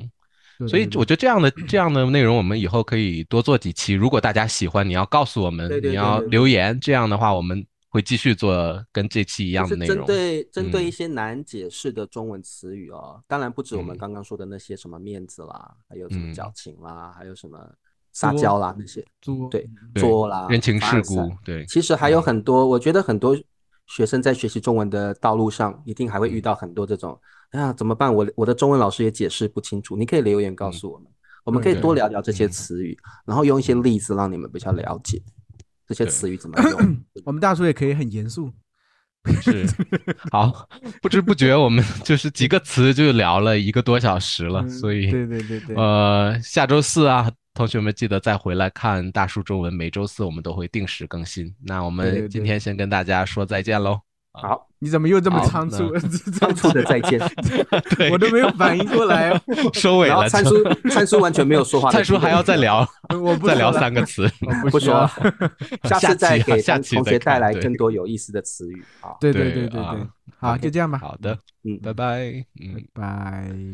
对
所以
对对
我觉得这样的这样的内容，我们以后可以多做几期。如果大家喜欢，你要告诉我们
对，对
你
对
要
对
留言，这样的话我们会继续做跟这期一样
就
的内
是针
容。
对针对
嗯
一些难解释的中文词语哦，当然不止我
嗯
们刚刚说的那些什么面子啦，还有什
嗯
么矫情啦，还有什么撒娇啦那些，
作
对
对
作啦，
人情
凡尔
世
赛
故， 嗯对，
其实还有很多，我觉得很多学生在学习中文的道路上，一定还
嗯
会遇到很多这种啊，怎么办？我我的中文老师也解释不清楚，你可以留言告诉我们，我们可以
对
多聊聊这些
嗯
词语，然后用一些例子让你们比较了解这些
对
词语怎么用。
我们大叔也可以很严肃。
是好。不知不觉我们 就是几个词就聊了一个多小时了，
嗯
所以
对对对对，
呃，下周四啊，同学们记得再回来看大叔中文，每周四我们都会定时更新。那我
对
们
对
今
对
天先跟大家说再见 喽，
好，
你怎么又这么
好
仓促？
仓促的再见。
对
我都没有反应 过来，哦
收尾
然后
了。
参叔，参叔完全没有说话的
蔡
机会，
叔还要再聊，
我 不
再
说
聊
了
三个 词。
我不说
不说
了
了。 下
下
次再
期啊
给
下
同
期
同
再
学带
看
来
对
更多有意思的词语啊。
对对
对
对对
啊
对，好，
，OK，
就这样吧。
好的，
嗯，
拜拜，嗯。
拜拜。